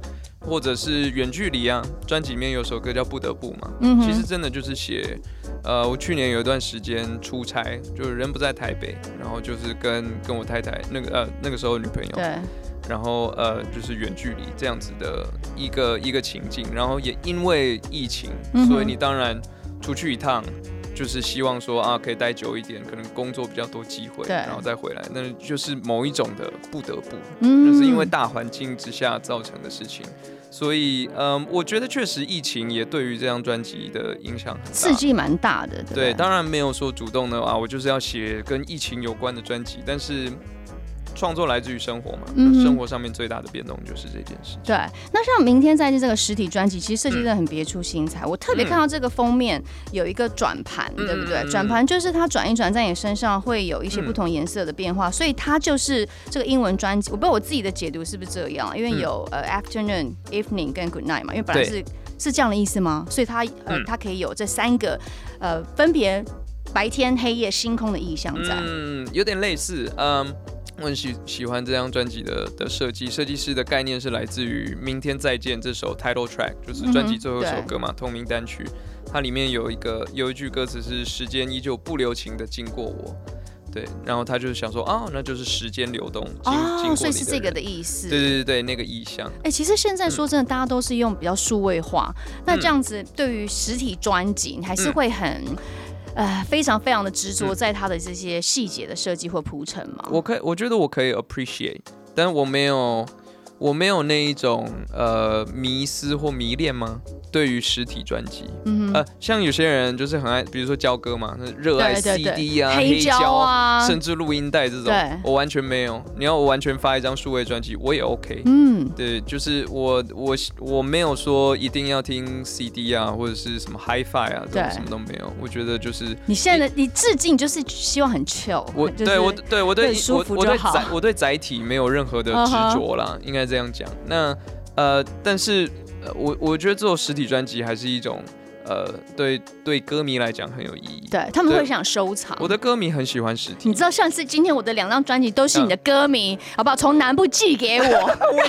Speaker 4: 或者是远距离啊。专辑里面有首歌叫《不得不》嘛，
Speaker 5: 嗯
Speaker 4: 其实
Speaker 5: 哼，
Speaker 4: 真的就是写，呃，我去年有一段时间出差，就是人不在台北，然后就是跟跟我太太那个呃那个时候女朋友，
Speaker 5: 对，
Speaker 4: 然后呃就是远距离这样子的一个一个情境，然后也因为疫情，
Speaker 5: 嗯哼
Speaker 4: 所以你当然出去一趟，就是希望说啊可以待久一点，可能工作比较多机会，
Speaker 5: 对
Speaker 4: 然后再回来，那就是某一种的不得不，
Speaker 5: 嗯
Speaker 4: 就是因为大环境之下造成的事情。所以，嗯，我觉得确实疫情也对于这张专辑的影响很大。
Speaker 5: 刺激蛮大的，对不
Speaker 4: 对，
Speaker 5: 对，
Speaker 4: 当然没有说主动的啊，我就是要写跟疫情有关的专辑，但是创作来自于生活嘛，
Speaker 5: 嗯哼
Speaker 4: 生活上面最大的变动就是这件事情。
Speaker 5: 对，那像明天再见这个实体专辑，其实设计真的很别出心裁。我特别
Speaker 4: 嗯
Speaker 5: 看到这个封面有一个转盘，对不对
Speaker 4: 嗯嗯？嗯
Speaker 5: 转盘就是它转一转，在你身上会有一些
Speaker 4: 嗯
Speaker 5: 不同颜色的变化，所以它就是这个英文专辑。我不知道我自己的解读是不是这样，因为有、呃 afternoon、evening 跟 good night 嘛，因为本
Speaker 4: 嗯
Speaker 5: 来
Speaker 4: 对
Speaker 5: 是是这样的意思吗？所以它呃、
Speaker 4: 嗯
Speaker 5: 它可以有这三个呃分别白天、黑夜、星空的意象在。
Speaker 4: 嗯，有点类似，嗯。我很喜喜欢这张专辑的的设计，设计师的概念是来自于《明天再见》这首 title track，就是专
Speaker 5: 嗯
Speaker 4: 辑
Speaker 5: 哼
Speaker 4: 最后一首
Speaker 5: 对
Speaker 4: 歌嘛，同名单曲。它里面有一个有一句歌词是“时间依旧不留情的经过我”，对，然后他就是想说，哦，那就是时间流动经、经过
Speaker 5: 哦，
Speaker 4: 你
Speaker 5: 所以是这个
Speaker 4: 人
Speaker 5: 的意思。
Speaker 4: 对对对对，那个意象。
Speaker 5: 哎、其实现
Speaker 4: 嗯
Speaker 5: 在说真的，大家都是用比较数位化，那这样子对于实体专辑，你还是会很。呃，非常非常的执
Speaker 4: 嗯
Speaker 5: 着在它的这些细节的设计或铺陈嘛。
Speaker 4: 我可以，我觉得我可以 appreciate，但我没有，我没有那一种呃迷失或迷恋吗？对于实体专辑，
Speaker 5: 嗯哼，
Speaker 4: 呃，像有些人就是很爱，比如说教歌嘛，那热爱
Speaker 5: 对对对
Speaker 4: CD 啊、
Speaker 5: 黑胶
Speaker 4: 胶
Speaker 5: 啊，
Speaker 4: 甚至录音带这种
Speaker 5: 对，
Speaker 4: 我完全没有。你要我完全发一张数位专辑，我也 OK。
Speaker 5: 嗯，
Speaker 4: 对，就是我我我没有说一定要听 CD 啊，或者是什么 HiFi 啊，这
Speaker 5: 对
Speaker 4: 种什么都没有。我觉得就是
Speaker 5: 你现在的你致敬就是希望很 chill，
Speaker 4: 我
Speaker 5: 就是
Speaker 4: 对我对我
Speaker 5: 很
Speaker 4: 对
Speaker 5: 舒
Speaker 4: 我
Speaker 5: 服
Speaker 4: 我
Speaker 5: 就
Speaker 4: 对
Speaker 5: 好
Speaker 4: 载我对载体没有任何的
Speaker 5: 嗯
Speaker 4: 执
Speaker 5: 哼
Speaker 4: 着啦应该这样讲。那呃，但是呃，我我觉得做实体专辑还是一种呃，对对歌迷来讲很有意义。
Speaker 5: 对他们会
Speaker 4: 对
Speaker 5: 想收藏。
Speaker 4: 我的歌迷很喜欢实 体
Speaker 5: 你，知道上次今天我的两张专辑都是你的
Speaker 4: 嗯
Speaker 5: 歌迷，好不好？从南部寄给我，然后你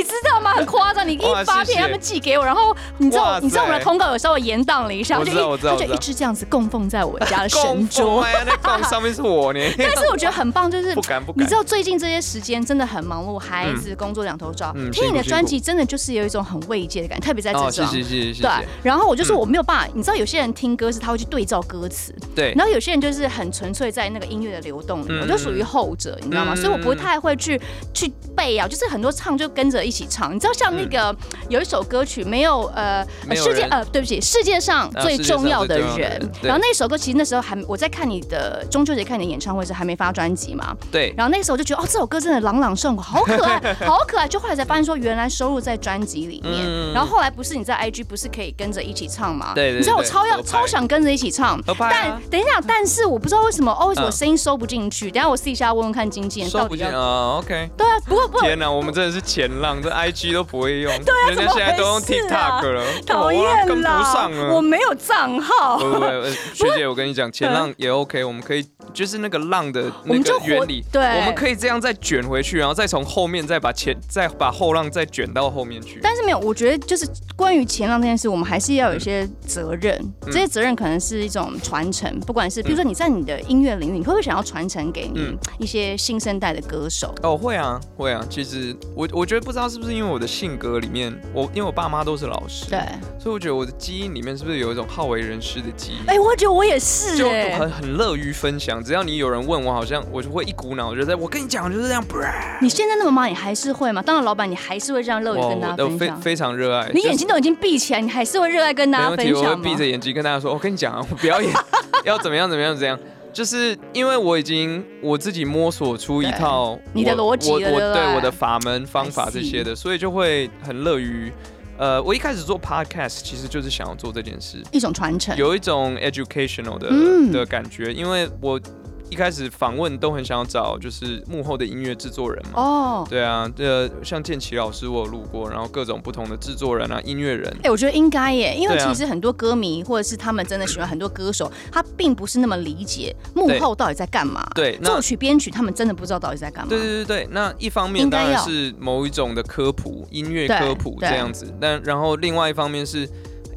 Speaker 5: 知 道吗？很夸张，你一
Speaker 4: 哇
Speaker 5: 发
Speaker 4: 谢
Speaker 5: 片
Speaker 4: 谢
Speaker 5: 他们寄给我，然后你知道
Speaker 4: 哇
Speaker 5: 你知道我们的
Speaker 4: 塞
Speaker 5: 通告有稍微延宕了一下，
Speaker 4: 我
Speaker 5: 就
Speaker 4: 知道
Speaker 5: 一
Speaker 4: 我知道
Speaker 5: 它
Speaker 4: 我知
Speaker 5: 就一
Speaker 4: 道
Speaker 5: 直这样子供奉在我 家的神
Speaker 4: 供
Speaker 5: 桌
Speaker 4: 奉。哎，那供上面是我呢，
Speaker 5: 但是我觉得很棒，就 是
Speaker 4: 不敢不
Speaker 5: 你
Speaker 4: 敢
Speaker 5: 知。道最近这些时间真的很忙碌，孩子工作两头抓，
Speaker 4: 嗯
Speaker 5: 听你
Speaker 4: 辛
Speaker 5: 的
Speaker 4: 苦
Speaker 5: 专辑真的就是有一种很慰藉的感觉，特别在这
Speaker 4: 哦，
Speaker 5: 张。
Speaker 4: 谢谢谢谢谢谢
Speaker 5: 对。，然后我就就是
Speaker 4: 嗯
Speaker 5: 我没有办法，你知道有些人听歌是他会去对照歌词，
Speaker 4: 对，
Speaker 5: 然后有些人就是很纯粹在那个音乐的流动里，
Speaker 4: 嗯
Speaker 5: 我就属于后者，你知道吗？
Speaker 4: 嗯
Speaker 5: 所以我不太会去去背啊，就是很多唱就跟着一起唱。你知道像那个、有一首歌曲没有呃
Speaker 4: 嗯没有
Speaker 5: 世界
Speaker 4: 人
Speaker 5: 呃对不起世界上最重要的人，
Speaker 4: 啊世界上最重要的人对
Speaker 5: 然后那首歌其实那时候还我在看你的中秋节看你的演唱会时还没发专辑嘛，
Speaker 4: 对，
Speaker 5: 然后那时候就觉得哦这首歌真的朗朗上口，好可爱好可爱，就后来才发现说原来收录在专辑里面。
Speaker 4: 嗯
Speaker 5: 然后后来不是你在 IG 不是可以跟着一起唱吗？
Speaker 4: 对对对
Speaker 5: 你知道我超要
Speaker 4: 合拍
Speaker 5: 超想跟着一起唱，
Speaker 4: 合拍啊
Speaker 5: 但等一下，但是我不知道为什么，哦，为什么
Speaker 4: 嗯
Speaker 5: 声音收不进去？等一下我私底下问问看经纪人
Speaker 4: 收
Speaker 5: 到
Speaker 4: 不
Speaker 5: 底
Speaker 4: 进
Speaker 5: 要。
Speaker 4: 啊，OK。
Speaker 5: 对啊，不过不过
Speaker 4: 天哪，我们真的是前浪，这 IG 都不会用，人家现在都用
Speaker 5: 怎么回事啊
Speaker 4: TikTok 了，
Speaker 5: 讨
Speaker 4: 哇
Speaker 5: 厌
Speaker 4: 跟不
Speaker 5: 啦
Speaker 4: 上，啊了。
Speaker 5: 我没有账 号。
Speaker 4: 不不不，呃学姐，我跟你讲，前浪也 OK，我们可以就是那个浪的
Speaker 5: 我
Speaker 4: 那
Speaker 5: 们就
Speaker 4: 个
Speaker 5: 活
Speaker 4: 原理，
Speaker 5: 对
Speaker 4: 我们可以这样再卷回去，然后再从后面再把前再把后浪再卷到后面去。
Speaker 5: 但是没有，我觉得就是关于前浪这件事，我们还是要有一些责任。
Speaker 4: 嗯
Speaker 5: 这些责任可能是一种传承，不管是比如说你在你的音乐领域，你会不会想要传承给你
Speaker 4: 嗯
Speaker 5: 一些新生代的歌手？
Speaker 4: 哦，会啊，会啊。其实我我觉得不知道是不是因为我的性格里面，我因为我爸妈都是老师，
Speaker 5: 对，，
Speaker 4: 所以我觉得我的基因里面是不是有一种好为人师的基因？
Speaker 5: 哎，我觉得我也是
Speaker 4: 就
Speaker 5: 哎，
Speaker 4: 很很乐于分享，只要你有人问我，好像我就会一股脑就在，我跟你讲就是这样，
Speaker 5: 你现在那么忙，你还是会吗？当然，老板你还是会这样乐于跟大
Speaker 4: 我
Speaker 5: 家
Speaker 4: 都
Speaker 5: 分
Speaker 4: 非
Speaker 5: 享。
Speaker 4: 非常热爱。
Speaker 5: 你
Speaker 4: 就是
Speaker 5: 眼睛都已经闭起来，你还是会热爱跟大
Speaker 4: 没
Speaker 5: 家
Speaker 4: 问
Speaker 5: 分
Speaker 4: 题，我会
Speaker 5: 享吗？
Speaker 4: 闭着眼睛跟大家说，我跟你讲啊， 我表演要怎么样怎么样怎么样，就是因为我已经我自己摸索出一
Speaker 5: 对
Speaker 4: 套
Speaker 5: 你的
Speaker 4: 我
Speaker 5: 逻辑
Speaker 4: 我我
Speaker 5: 了对不对
Speaker 4: 我的法门方法这些的，所以就会很乐于。呃，我一开始做 podcast 其实就是想要做这件事，
Speaker 5: 一种传承。
Speaker 4: 有一种 educational 的、
Speaker 5: 嗯
Speaker 4: 的感觉，因为我一开始访问都很想要找就是幕后的音乐制作人嘛。
Speaker 5: 哦，
Speaker 4: 对啊，呃，像建奇老师我有录过，然后各种不同的制作人啊、音乐人
Speaker 5: 哎、，我觉得应该耶，因为
Speaker 4: 对啊
Speaker 5: 其实很多歌迷或者是他们真的喜欢很多歌手，他并不是那么理解幕后到底在干嘛。
Speaker 4: 对那
Speaker 5: 作曲编曲他们真的不知道到底在干嘛。
Speaker 4: 对啊对对对，那一方面
Speaker 5: 应该
Speaker 4: 当然
Speaker 5: 要
Speaker 4: 是某一种的科普，音乐
Speaker 5: 对
Speaker 4: 科普这
Speaker 5: 对
Speaker 4: 样子，但然后另外一方面是，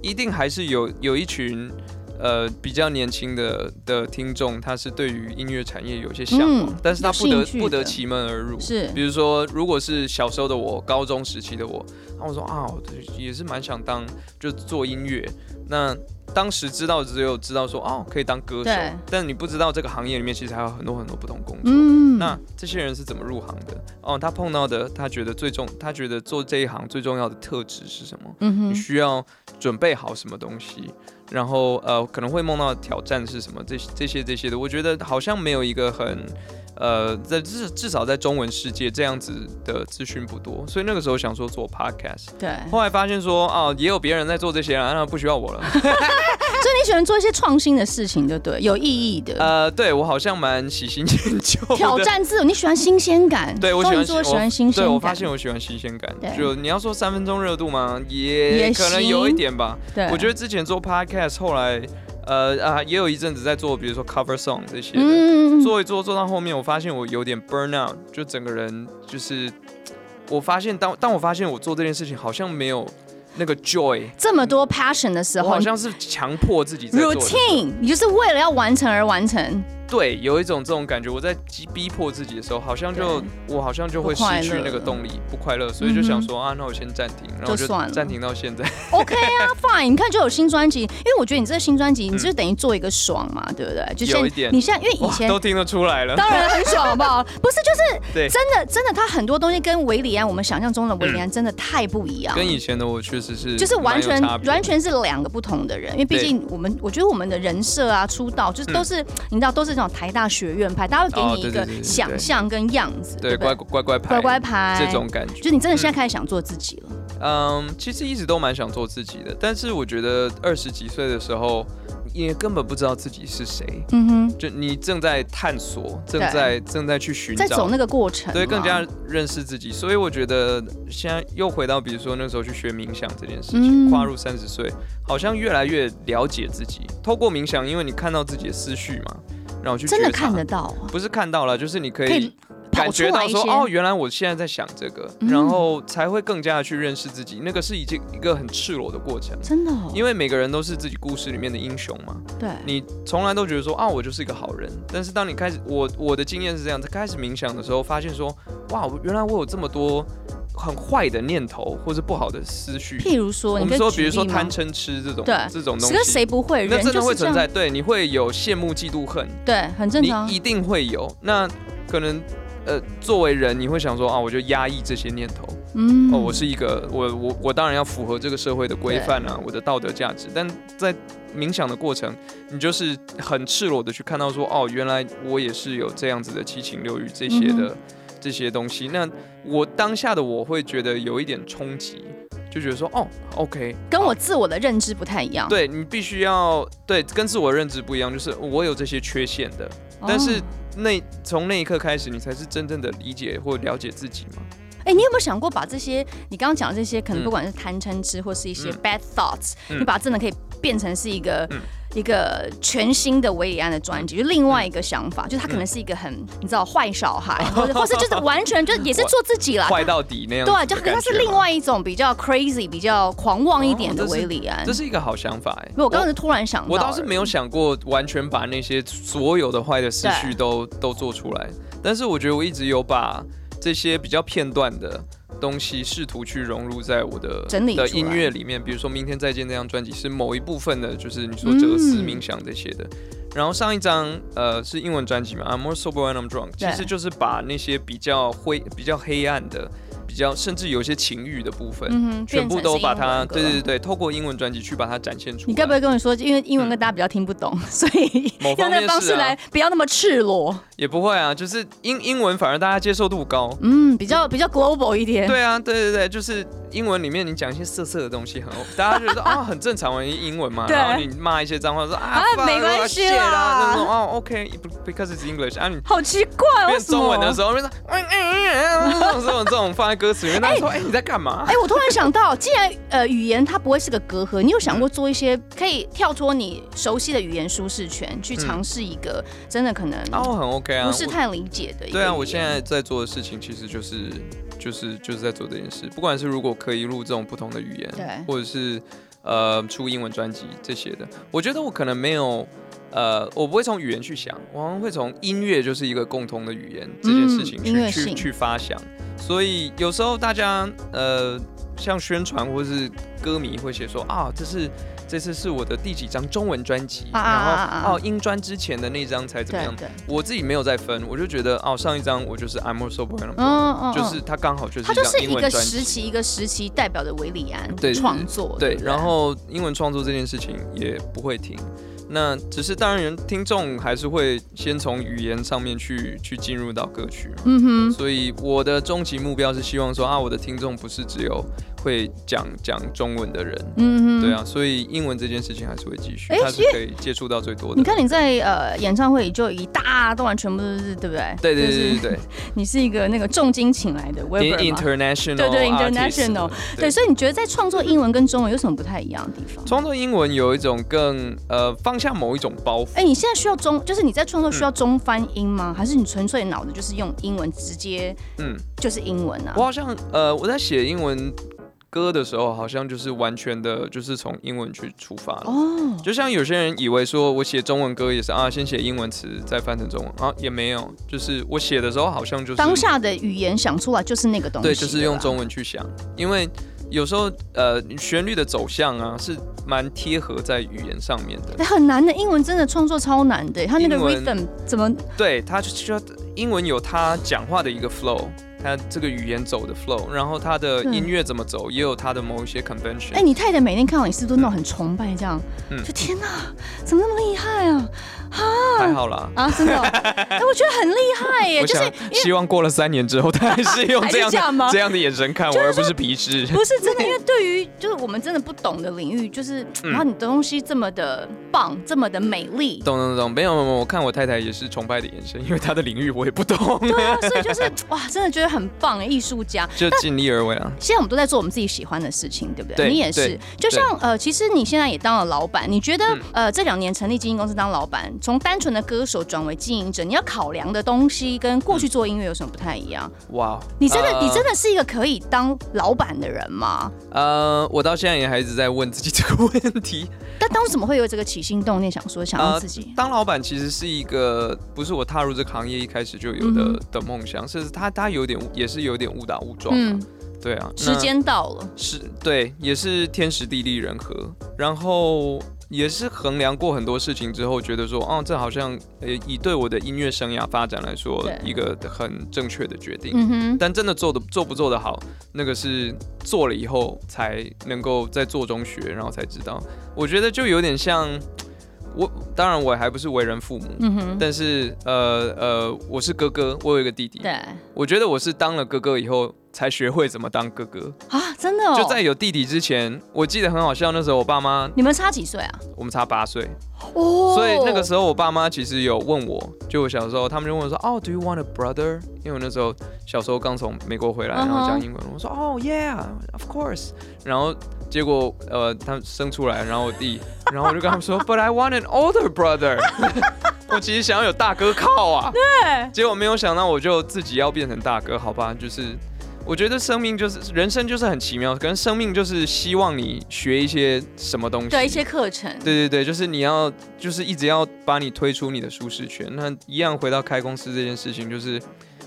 Speaker 4: 一定还是有有一群。呃，比较年轻的的听众，他是对于音乐产业有一些向往，
Speaker 5: 嗯
Speaker 4: 但是他
Speaker 5: 有
Speaker 4: 不得
Speaker 5: 兴趣
Speaker 4: 不得
Speaker 5: 的
Speaker 4: 其门而入。
Speaker 5: 是
Speaker 4: 比如说，如果是小时候的我，高中时期的我，然后我说啊，我也是蛮想当，就做音乐。那当时知道只有知道说哦，可以当歌手
Speaker 5: 对，
Speaker 4: 但你不知道这个行业里面其实还有很多很多不同工作。
Speaker 5: 嗯，
Speaker 4: 那这些人是怎么入行的？哦，他碰到的，他觉得最重，他觉得做这一行最重要的特质是什么？
Speaker 5: 嗯
Speaker 4: 你
Speaker 5: 哼，
Speaker 4: 需要准备好什么东西？然后呃，可能会梦到的挑战是什么？这这些这些的，我觉得好像没有一个很呃，在至至少在中文世界这样子的资讯不多，所以那个时候想说做 podcast，
Speaker 5: 对。
Speaker 4: 后来发现说哦，也有别人在做这些了，啊那不需要我了。
Speaker 5: 所以你喜欢做一些创新的事情，对不对？有意义的，
Speaker 4: 呃，对我好像蛮喜新厌旧的，
Speaker 5: 挑战自我，你喜欢新鲜感。
Speaker 4: 对我喜欢新
Speaker 5: 双鱼座喜欢新鲜
Speaker 4: 对
Speaker 5: 感。
Speaker 4: 我发现我喜欢新鲜感
Speaker 5: 对，
Speaker 4: 就你要说三分钟热度吗？也
Speaker 5: 也
Speaker 4: 可能有一
Speaker 5: 行
Speaker 4: 点吧。
Speaker 5: 对
Speaker 4: 我觉得之前做 podcast，后来呃啊也有一阵子在做，比如说 cover song 这些的
Speaker 5: 嗯，
Speaker 4: 做一做做到后面，我发现我有点 burn out，就整个人就是，我发现当当我发现我做这件事情好像没有那个 joy，
Speaker 5: 这么多 passion 的时
Speaker 4: 我
Speaker 5: 候，
Speaker 4: 好像是强迫自己在做的时候
Speaker 5: routine，你就是为了要完成而完成。
Speaker 4: 对，有一种这种感觉。我在逼逼迫自己的时候，好像就我好像就会
Speaker 5: 不
Speaker 4: 失
Speaker 5: 快
Speaker 4: 去
Speaker 5: 乐
Speaker 4: 那个
Speaker 5: 了
Speaker 4: 动力，不快乐，所以就想说、啊，那我先暂停，然后
Speaker 5: 就
Speaker 4: 我就
Speaker 5: 算了
Speaker 4: 暂停到现在。
Speaker 5: OK 啊，Fine，你看就有新专辑，因为我觉得你这个新专辑，你就是等于做一个爽嘛，对不对？
Speaker 4: 嗯
Speaker 5: 就
Speaker 4: 有
Speaker 5: 现
Speaker 4: 一点
Speaker 5: 你现在因为以
Speaker 4: 哇
Speaker 5: 前
Speaker 4: 都听得出来了，
Speaker 5: 当然很爽，好不好？不是，就是
Speaker 4: 对
Speaker 5: 真的真的，他很多东西跟维里安我们想象中的维里安真的太不一样了。
Speaker 4: 跟以前的我确实是
Speaker 5: 就是完
Speaker 4: 蛮有
Speaker 5: 全
Speaker 4: 差别的
Speaker 5: 完全是两个不同的人，因为毕
Speaker 4: 对
Speaker 5: 竟我们我觉得我们的人设啊、出道就是
Speaker 4: 嗯
Speaker 5: 都是、你知道都是这种台大学院派，大家会
Speaker 4: 哦
Speaker 5: 给你
Speaker 4: 对对
Speaker 5: 一个
Speaker 4: 对对对
Speaker 5: 想象跟样子，
Speaker 4: 对
Speaker 5: 不
Speaker 4: 乖乖乖牌
Speaker 5: 乖乖牌
Speaker 4: 这种嗯感觉。
Speaker 5: 就是你真的现在开始想做自己了，
Speaker 4: 嗯，其实一直都蛮想做自己的，但是我觉得二十几岁的时候，也根本不知道自己是谁，
Speaker 5: 嗯哼，
Speaker 4: 就你正在探索，正
Speaker 5: 对
Speaker 4: 在正在去寻
Speaker 5: 在
Speaker 4: 找，
Speaker 5: 走那个过程嘛，啊
Speaker 4: 对，更加认识自己。所以我觉得现在又回到，比如说那时候去学冥想这件事情，
Speaker 5: 嗯
Speaker 4: 跨入三十岁，好像越来越了解自己。透过冥想，因为你看到自己的思绪嘛，然后去
Speaker 5: 真的
Speaker 4: 觉察
Speaker 5: 看得，到啊，
Speaker 4: 不是看到了，就是你可
Speaker 5: 可
Speaker 4: 以
Speaker 5: 以
Speaker 4: 感
Speaker 5: 跑出
Speaker 4: 觉到
Speaker 5: 来一些
Speaker 4: 说，哦，原来我现在在想这个，
Speaker 5: 嗯
Speaker 4: 然后才会更加的去认识自己。那个是已经一个很赤裸的过程。
Speaker 5: 真的、哦，
Speaker 4: 因为每个人都是自己故事里面的英雄嘛，
Speaker 5: 对，
Speaker 4: 你从来都觉得说啊，我就是一个好人。但是当你开始，我我的经验是这样，在开始冥想的时候，发现说，哇，我原来我有这么多很坏的念头或是不好的思绪。
Speaker 5: 譬如说，
Speaker 4: 我
Speaker 5: 你
Speaker 4: 们
Speaker 5: 可以
Speaker 4: 说，
Speaker 5: 举
Speaker 4: 比如说
Speaker 5: 例吗
Speaker 4: 贪嗔痴这种，
Speaker 5: 对
Speaker 4: 这种东
Speaker 5: 可是
Speaker 4: 西，
Speaker 5: 谁不会？
Speaker 4: 那
Speaker 5: 人
Speaker 4: 真的
Speaker 5: 就
Speaker 4: 会
Speaker 5: 是这
Speaker 4: 存
Speaker 5: 样，
Speaker 4: 在。对，你会有羡慕、嫉妒、恨，
Speaker 5: 对，很正
Speaker 4: 你
Speaker 5: 常啊。
Speaker 4: 一定会有。那可能呃，作为人，你会想说啊，我就压抑这些念头。
Speaker 5: 嗯
Speaker 4: 哦，我是一个，我我我当然要符合这个社会的规范啊，我的道德价值。但在冥想的过程，你就是很赤裸的去看到说，哦，原来我也是有这样子的七情六欲这些
Speaker 5: 嗯
Speaker 4: 的、这些东西。那我当下的我会觉得有一点冲击，就觉得说，哦，OK，
Speaker 5: 跟我自我的认知不太一样。
Speaker 4: 对你必须要对跟自我认知不一样，就是我有这些缺陷的，
Speaker 5: 哦，
Speaker 4: 但是那从那一刻开始，你才是真正的理解或了解自己嘛。
Speaker 5: 哎、你有没有想过把这些你刚刚讲的这些，可
Speaker 4: 嗯
Speaker 5: 能不管是贪嗔痴或是一些
Speaker 4: 嗯
Speaker 5: bad thoughts，、
Speaker 4: 嗯
Speaker 5: 你把它真的可以变成是一个、
Speaker 4: 嗯
Speaker 5: 一个全新的维里安的专辑，就另外一个想法，就是他
Speaker 4: 嗯
Speaker 5: 可能是一个很你知道坏 小孩，或者或是就是完全就也是做自己啦。
Speaker 4: 坏到底那样子
Speaker 5: 对，啊
Speaker 4: 的感觉
Speaker 5: 就可
Speaker 4: 嘛，
Speaker 5: 是他是另外一种比较 crazy、比较狂妄一点的
Speaker 4: 哦这是
Speaker 5: 维里安。
Speaker 4: 这是一个好想法哎、
Speaker 5: 没有我刚刚是突然想到
Speaker 4: 我倒是
Speaker 5: 了
Speaker 4: 没有想过完全把那些所有的坏的思绪都都做出来，但是我觉得我一直有把这些比较片段的东西试图去融入在我的
Speaker 5: 整理
Speaker 4: 的
Speaker 5: 出来
Speaker 4: 音乐里面，比如说《明天再见》这张专辑是某一部分的，就是你说哲思、
Speaker 5: 嗯
Speaker 4: 冥想这些的。然后上一张呃是英文专辑嘛，《I'm More Sober When I'm Drunk》，
Speaker 5: 对
Speaker 4: 其实就是把那些比较灰、比较黑暗的、比较甚至有一些情欲的部分，
Speaker 5: 嗯哼，
Speaker 4: 全部
Speaker 5: 变成
Speaker 4: 都
Speaker 5: 是
Speaker 4: 把
Speaker 5: 英文
Speaker 4: 它，
Speaker 5: 歌
Speaker 4: 对对对，透过英文专辑去把它展现出来。
Speaker 5: 你该不会跟我说，因为英文跟大家比较听不懂， 所以
Speaker 4: 欸嗯某
Speaker 5: 用
Speaker 4: 方面
Speaker 5: 那
Speaker 4: 是、啊、
Speaker 5: 方式来不要那么赤裸，
Speaker 4: 也不会啊，就是英英文反而大家接受度高。
Speaker 5: 嗯，比较比较 global 一点。
Speaker 4: 对啊，对对对，就是英文里面你讲一些色色的东西很，大家觉得啊很正常嘛，英文嘛，
Speaker 5: 对
Speaker 4: 然后你骂一些脏话说啊
Speaker 5: 啊没关系啦
Speaker 4: 啦，那种哦 OK，because it's English 啊，你
Speaker 5: 好奇怪，哦为
Speaker 4: 变
Speaker 5: 什么
Speaker 4: 中文的时候，变成嗯嗯嗯，这种这种这种放在歌词里面，大家说哎你在干嘛
Speaker 5: 哎、？我突然想到，既然呃语言它不会是个隔阂，你有想过做一些
Speaker 4: 嗯
Speaker 5: 可以跳脱你熟悉的语言舒适圈，去尝试一个真的可能
Speaker 4: 然后很 OK 啊，
Speaker 5: 不是
Speaker 4: 我
Speaker 5: 太理解的一个语言？
Speaker 4: 对啊，我现在在做的事情其实就是就是就是在做这件事，不管是如果可以录这种不同的语言，
Speaker 5: 对
Speaker 4: 或者是呃出英文专辑这些的，我觉得我可能没有。呃，我不会从语言去想，我好像会从音乐就是一个共同的语言这件事情
Speaker 5: 嗯
Speaker 4: 去、
Speaker 5: 音乐
Speaker 4: 去
Speaker 5: 性
Speaker 4: 去发想，所以有时候大家呃，像宣传或是歌迷会写说啊，这是这次是我的第几张中文专辑，
Speaker 5: 啊啊啊啊
Speaker 4: 然
Speaker 5: 啊
Speaker 4: 后哦英专之前的那张才怎么
Speaker 5: 对
Speaker 4: 样，
Speaker 5: 对，
Speaker 4: 我自己没有在分，我就觉得哦，上一张我就是 I'm also born，、
Speaker 5: 嗯嗯，
Speaker 4: 就是它刚好就是
Speaker 5: 它就是
Speaker 4: 张
Speaker 5: 一
Speaker 4: 英文
Speaker 5: 个
Speaker 4: 专
Speaker 5: 时
Speaker 4: 辑。
Speaker 5: 期一个时期代表的维里安
Speaker 4: 对对
Speaker 5: 创作，
Speaker 4: 对
Speaker 5: 不，
Speaker 4: 然后英文创作这件事情也不会停，那只是当然人听众还是会先从语言上面去去进入到歌曲嘛。
Speaker 5: 嗯哼，
Speaker 4: 所以我的终极目标是希望说啊，我的听众不是只有会讲讲中文的人，
Speaker 5: 嗯哼，
Speaker 4: 对啊，所以英文这件事情还是会继续，
Speaker 5: 诶
Speaker 4: 它是可以接触到最多的。
Speaker 5: 你看你在呃演唱会里就一大段全部都是对不对？
Speaker 4: 对对
Speaker 5: 就
Speaker 4: 对
Speaker 5: 是
Speaker 4: 对
Speaker 5: 你是一个那个重金请来的 Weber
Speaker 4: 对
Speaker 5: 嘛？
Speaker 4: ，international
Speaker 5: 对对
Speaker 4: artist
Speaker 5: international 对，
Speaker 4: 对
Speaker 5: 所以你觉得在创作英文跟中文有什么不太一样的地 方？
Speaker 4: 创作英文有一种更呃放下某一种包袱。
Speaker 5: 哎、你现在需要中，就是你在创作需
Speaker 4: 嗯
Speaker 5: 要中翻英吗？还是你纯粹脑子就是用英文直接
Speaker 4: 嗯，
Speaker 5: 就是英文啊
Speaker 4: 我？好像呃我在写英文歌的时候，好像就是完全的，就是从英文去出发了。
Speaker 5: 哦，
Speaker 4: 就像有些人以为说我写中文歌也是啊，先写英文词再翻成中文啊，也没有，就是我写的时候好像就是
Speaker 5: 当下啊的语言想出来就是那个东西，
Speaker 4: 对，就是用
Speaker 5: 吧
Speaker 4: 中文去想，因为有时候呃旋律的走向啊是蛮贴合在语言上面的
Speaker 5: 哎、，很难的，英文真的创作超难的，它那个
Speaker 4: 英文
Speaker 5: rhythm 怎么
Speaker 4: 对，他就需要英文有他讲话的一个 flow，他这个语言走的 flow，然后他的
Speaker 5: 对
Speaker 4: 音乐怎么走，也有他的某一些 convention。
Speaker 5: 哎、你太太每天看到你是不是都那种很崇拜这样？
Speaker 4: 嗯
Speaker 5: 就天哪，怎么那么厉害啊？
Speaker 4: 还好啦，
Speaker 5: 啊，真 的哦、哎、我觉得很厉害耶，
Speaker 4: 我
Speaker 5: 就是
Speaker 4: 想希望过了三年之后， 他还是用
Speaker 5: 还是
Speaker 4: 这样
Speaker 5: 这
Speaker 4: 的
Speaker 5: 样吗
Speaker 4: 样的眼神看我，而不是鄙视。
Speaker 5: 不是真的，因为对于就是我们真的不懂的领域，就是
Speaker 4: 嗯
Speaker 5: 然后你的东西这么的棒，这么的美丽，
Speaker 4: 懂懂懂，没有没有，没有我看我太太也是崇拜的眼神，因为她的领域我也不 懂，
Speaker 5: 对啊，所以就是 哇，真的觉得很棒耶，艺术家。
Speaker 4: 就尽力而为啊。
Speaker 5: 现在我们都在做我们自己喜欢的事情，对不对？
Speaker 4: 对
Speaker 5: 你也是
Speaker 4: 对，
Speaker 5: 就像呃，其实你现在也当了老板，你觉得、
Speaker 4: 嗯
Speaker 5: 呃，这两年成立经营公司当老板，从单纯的歌手转为经营者，你要考量的东西跟过
Speaker 4: 嗯
Speaker 5: 去做音乐有什么不太一样？
Speaker 4: 哇，
Speaker 5: 你真的、
Speaker 4: 呃
Speaker 5: 你真的是一个可以当老板的人吗？
Speaker 4: 呃，我到现在也还一直在问自己这个问题。
Speaker 5: 但当时怎么会有这个起心动念，想说想
Speaker 4: 呃
Speaker 5: 让自己？
Speaker 4: 当老板其实是一个不是我踏入这个行业一开始就有的、
Speaker 5: 嗯哼
Speaker 4: 的梦想，甚至他他有点误也是有点误打误撞、
Speaker 5: 嗯，
Speaker 4: 对啊，
Speaker 5: 时间嗯到了，
Speaker 4: 那是对，也是天时地利人和，然后也是衡量过很多事情之后，觉得说，哦，这好像呃，以对我的音乐生涯发展来说
Speaker 5: 对，
Speaker 4: 一个很正确的决定。
Speaker 5: 嗯哼，
Speaker 4: 但真的做的做不做得好，那个是做了以后才能够在做中学，然后才知道。我觉得就有点像我，当然我还不是为人父母，
Speaker 5: 嗯哼，
Speaker 4: 但是呃呃，我是哥哥，我有一个弟弟。
Speaker 5: 对啊，
Speaker 4: 我觉得我是当了哥哥以后才学会怎么当哥哥。
Speaker 5: 真的哦，
Speaker 4: 就在有弟弟之前，我记得很好笑，那时候我爸妈
Speaker 5: 你们差几岁啊？
Speaker 4: 我们差八岁，
Speaker 5: 哦
Speaker 4: 所以那个时候我爸妈其实有问我，就我小时候他们就问我说，哦、d o you want a brother？因为我那时候小时候刚从美国回来，然后
Speaker 5: 嗯
Speaker 4: 讲
Speaker 5: 哼
Speaker 4: 英文，我说哦、yeah，of course。然后结果呃，他生出来，然后我 弟，然后我就跟他们说，but I want an older brother 。 我其实想要有大哥靠 啊，对。结果没有想到，我就自己要变成大哥，好吧？就是我觉得生命就是人生就是很奇妙，可能生命就是希望你学一些什么东西，
Speaker 5: 对一些课程，
Speaker 4: 对对对，就是你要，就是一直要把你推出你的舒适圈。那一样回到开公司这件事情，就是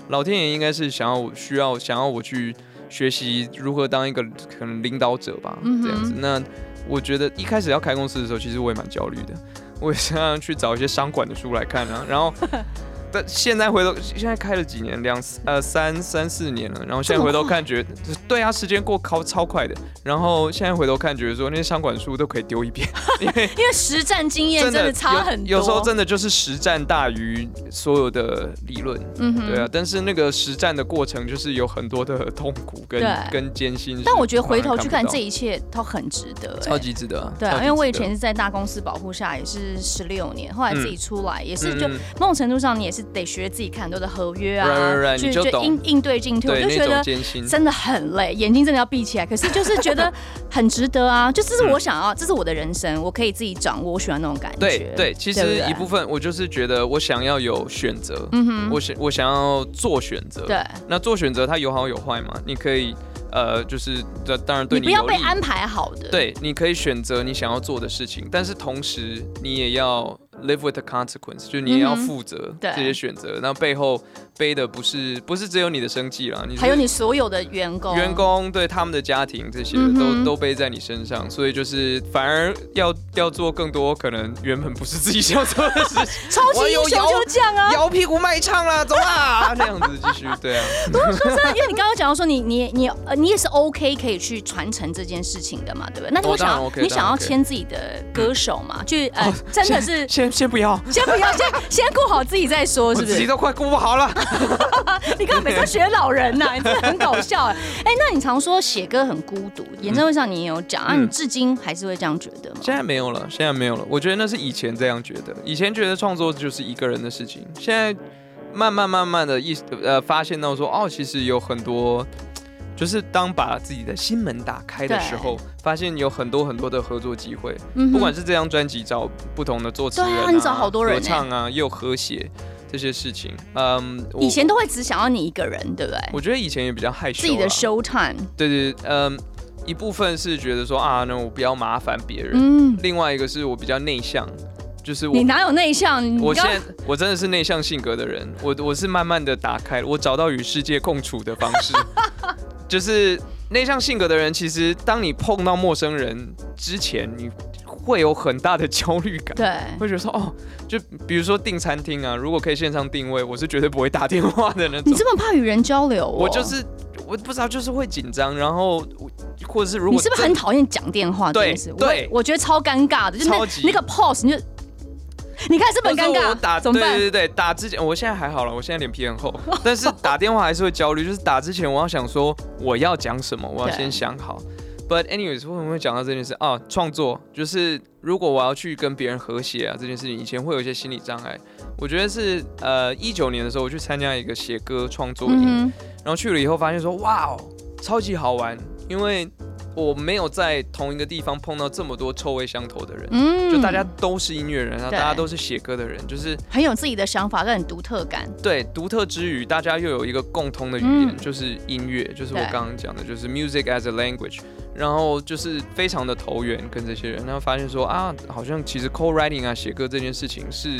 Speaker 4: 老天爷应该是想要我需要想要我去学习如何当一个可能领导者吧，
Speaker 5: 嗯哼
Speaker 4: 这样子。那我觉得一开始要开公司的时候，其实我也蛮焦虑的，我也想要去找一些商管的书来看啊，然 后。但现在回头，现在开了几年，两呃三三四年了，然后现在回头看，觉得对啊，时间过超超快的。然后现在回头看，觉得说那些商管书都可以丢一边，因为
Speaker 5: 因为实战经验真的差很多，
Speaker 4: 有。有时候，真的就是实战大于所有的理论，
Speaker 5: 嗯哼
Speaker 4: 对啊。但是那个实战的过程，就是有很多的痛苦跟
Speaker 5: 对
Speaker 4: 跟艰辛是常常不到。
Speaker 5: 但我觉得回头去看这一切都很值得、欸
Speaker 4: 超级值得啊，
Speaker 5: 对啊，
Speaker 4: 超级值得
Speaker 5: 因为我以前是在大公司保护下，也是十六年，后来自己出来、也是就
Speaker 4: 嗯嗯
Speaker 5: 某种程度上，你也是得学自己看很多的合约啊，
Speaker 4: Right, right, right，
Speaker 5: 去
Speaker 4: 你就
Speaker 5: 去
Speaker 4: 懂
Speaker 5: 应应对进退，我
Speaker 4: 对
Speaker 5: 就觉
Speaker 4: 那种
Speaker 5: 得
Speaker 4: 艰辛，
Speaker 5: 真的很累，眼睛真的要闭起来。可是就是觉得很值 得啊，就这是我想要，这是我的人生，我可以自己掌握，我喜欢那种感觉。
Speaker 4: 嗯对对，其
Speaker 5: 对
Speaker 4: 实
Speaker 5: 不对
Speaker 4: 一部分我就是觉得我想要有选择，
Speaker 5: 嗯哼，
Speaker 4: 我想我想要做选择，
Speaker 5: 对，
Speaker 4: 那做选择它有好有坏嘛，你可以呃，就是这当然对
Speaker 5: 你
Speaker 4: 你
Speaker 5: 不要
Speaker 4: 有利
Speaker 5: 被。安排好的，，
Speaker 4: 对，你可以选择你想要做的事情，但是同时你也要 live with the consequence，就是你也要
Speaker 5: 嗯哼
Speaker 4: 负责
Speaker 5: 对
Speaker 4: 这些选择。那、背后背的不是不是只有你的生计啦，你是
Speaker 5: 还有你所有的员工，
Speaker 4: 员工对他们的家庭这些
Speaker 5: 嗯
Speaker 4: 都、
Speaker 5: 哼
Speaker 4: 都背在你身上，所以就是反而要要做更多可能原本不是自己想做的事情，
Speaker 5: 超级英雄
Speaker 4: 我有
Speaker 5: 就这样啊。
Speaker 4: 摇屁股卖唱啦，走啦，那样子继续对 啊。
Speaker 5: 因为你刚刚讲到说你你你呃你也是 OK 可以去传承这件事情的嘛，对不对？那你会
Speaker 4: 我哦当
Speaker 5: 想
Speaker 4: 然
Speaker 5: 要
Speaker 4: OK，
Speaker 5: 你想
Speaker 4: 当然
Speaker 5: 要
Speaker 4: OK 哦
Speaker 5: 签自己的歌手嘛？就呃真的是
Speaker 4: 先先不要，
Speaker 5: 先不要先先顾好自己再说，
Speaker 4: 我
Speaker 5: 是不
Speaker 4: 自己
Speaker 5: 是？
Speaker 4: 都快顾不好了。
Speaker 5: 你看每次学老人呐、你真的很搞笑哎、哎，那你常说写歌很孤独，演唱会上你也有讲、啊，
Speaker 4: 嗯
Speaker 5: 你至今还是会这样觉得吗？
Speaker 4: 现在没有了，现在没有了。我觉得那是以前这样觉得，以前觉得创作就是一个人的事情，现在慢慢慢慢的意识呃发现到说，哦，其实有很多，就是当把自己的心门打开的时候，发现有很多很多的合作机会，
Speaker 5: 嗯哼
Speaker 4: 不管是这张专辑找不同的作词人、
Speaker 5: 对啊你找好多人
Speaker 4: 合
Speaker 5: 欸
Speaker 4: 唱啊，也有和谐这些事情。嗯，我
Speaker 5: 以前都会只想要你一个人，对不对？
Speaker 4: 我觉得以前也比较害羞啦，
Speaker 5: 自己的 show time，
Speaker 4: 对对，对嗯，一部分是觉得说啊，那我不要麻烦别人。
Speaker 5: 嗯，
Speaker 4: 另外一个是我比较内向，就是我
Speaker 5: 你哪有内向？你
Speaker 4: 我现
Speaker 5: 刚
Speaker 4: 在我真的是内向性格的人，我我是慢慢的打开，我找到与世界共处的方 式，就是内向性格的人，其实当你碰到陌生人之前，你会有很大的焦虑感。
Speaker 5: 对，
Speaker 4: 会觉得说哦，就比如说订餐厅啊，如果可以线上定位，我是绝对不会打电话的那种
Speaker 5: 你。这么怕与人交流、哦，
Speaker 4: 我就是我不知道，就是会紧张，然后我或者是如
Speaker 5: 你
Speaker 4: 果
Speaker 5: 是不是
Speaker 4: 真
Speaker 5: 很讨厌讲电话这
Speaker 4: 对
Speaker 5: 件事？我
Speaker 4: 对
Speaker 5: 也我觉得超尴尬的，就是那
Speaker 4: 超级
Speaker 5: 那个 pose，你就你看是不是很尴
Speaker 4: 但是我
Speaker 5: 尬？
Speaker 4: 打
Speaker 5: 怎么办
Speaker 4: 对？对对，打之前我现在还好了，我现在脸皮很 厚，但是打电话还是会焦虑，就是打之前我要想说我要讲什么，我要
Speaker 5: 对
Speaker 4: 先想好。But anyways，为什么会讲到这件事啊？创作就是如果我要去跟别人和谐啊，这件事情以前会有一些心理障碍。我觉得是呃一九年的时候，我去参加一个写歌创作营，
Speaker 5: 嗯
Speaker 4: 然后去了以后发现说，哇哦，超级好玩，因为我没有在同一个地方碰到这么多臭味相投的人
Speaker 5: 哼，，嗯
Speaker 4: 就大家都是音乐人啊，
Speaker 5: 对
Speaker 4: 大家都是写歌的人，就是
Speaker 5: 很有自己的想法，跟很独特感。
Speaker 4: 对独特之余，大家又有一个共通的语言，
Speaker 5: 嗯
Speaker 4: 就是音乐，就是我
Speaker 5: 对
Speaker 4: 刚刚讲的，就是 music as a language，然后就是非常的投缘跟这些人，然后发现说啊，好像其实 co writing 啊，写歌这件事情是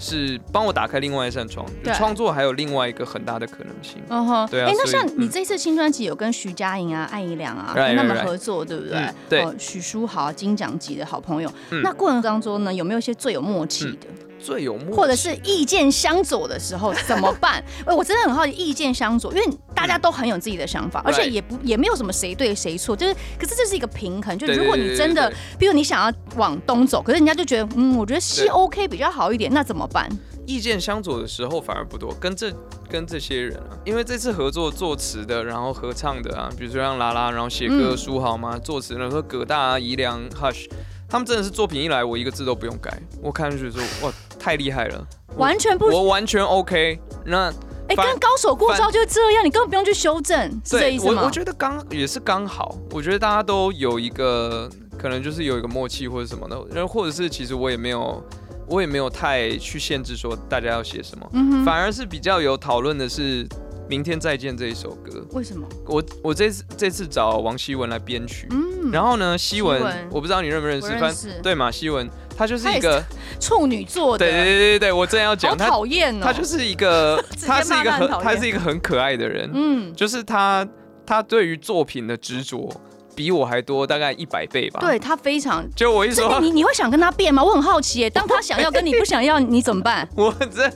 Speaker 4: 是帮我打开另外一扇窗，就
Speaker 5: 对
Speaker 4: 创作还有另外一个很大的可能性。
Speaker 5: 嗯哼，
Speaker 4: 对啊
Speaker 5: 诶
Speaker 4: 所
Speaker 5: 那
Speaker 4: 以
Speaker 5: 像你
Speaker 4: 嗯
Speaker 5: 这次新专辑有跟徐佳莹啊、艾怡良啊
Speaker 4: Right,
Speaker 5: 跟他们
Speaker 4: right, right.
Speaker 5: 合作，对不对？
Speaker 4: 嗯对
Speaker 5: 哦许书豪金奖级的好朋友，
Speaker 4: 嗯
Speaker 5: 那过程当中呢，有没有一些最有默契的，
Speaker 4: 最有默契，
Speaker 5: 或者是意见相左的时 候怎么办？哎，我真的很好奇意见相左，因为大家都很有自己的想法，而
Speaker 4: 嗯
Speaker 5: 且
Speaker 4: Right
Speaker 5: 也不也没有什么谁对谁错，就是可是这是一个平衡，就
Speaker 4: 对
Speaker 5: 如果你真的
Speaker 4: 对对，
Speaker 5: 比如你想要往东走，可是人家就觉得，嗯，我觉得西
Speaker 4: 对
Speaker 5: OK 比较好一点，那怎么办？
Speaker 4: 意见相左的时候反而不多，跟这跟这些人啊，因为这次合作作词的，然后合唱的啊，比如说像拉拉，然后写歌
Speaker 5: 嗯
Speaker 4: 书豪嘛，作词呢说葛大啊、宜良、Hush，他们真的是作品一来，我一个字都不用改，我看上去说哇太厉害了，
Speaker 5: 完全不，
Speaker 4: 我完全 OK。那
Speaker 5: 哎，
Speaker 4: 反
Speaker 5: 跟高手过
Speaker 4: 反
Speaker 5: 招就是这样，你根本不用去修正，是这
Speaker 4: 对
Speaker 5: 意思
Speaker 4: 我
Speaker 5: 吗？
Speaker 4: 我觉得刚也是刚好，我觉得大家都有一个可能就是有一个默契或者什么的，然后或者是其实我也没有我也没有太去限制说大家要写什么。
Speaker 5: 嗯哼
Speaker 4: 反而是比较有讨论的是《明天再见》这一首歌。
Speaker 5: 为什么？
Speaker 4: 我我这次这次找王希文来编曲，
Speaker 5: 嗯，
Speaker 4: 然后呢，希文
Speaker 5: 希文
Speaker 4: 我不知道你认不认识，
Speaker 5: 我认
Speaker 4: 反
Speaker 5: 识
Speaker 4: 正对嘛，希文他就是
Speaker 5: 他
Speaker 4: 一
Speaker 5: 也
Speaker 4: 个，
Speaker 5: 处女座的，
Speaker 4: 对对对对对，我正要
Speaker 5: 好
Speaker 4: 讲他，
Speaker 5: 讨厌哦。
Speaker 4: 他就是一个
Speaker 5: 直，接
Speaker 4: 他是一个
Speaker 5: 骂他很
Speaker 4: 很
Speaker 5: 讨厌
Speaker 4: 他是一个很可爱的人，
Speaker 5: 嗯，
Speaker 4: 就是他他对于作品的执着比我还多，大概一百倍吧。
Speaker 5: 对，他非常。
Speaker 4: 就我一
Speaker 5: 所以
Speaker 4: 啊说
Speaker 5: 你，你会想跟他变吗？我很好奇耶，当他想要跟你不想要，你怎么办？
Speaker 4: 我这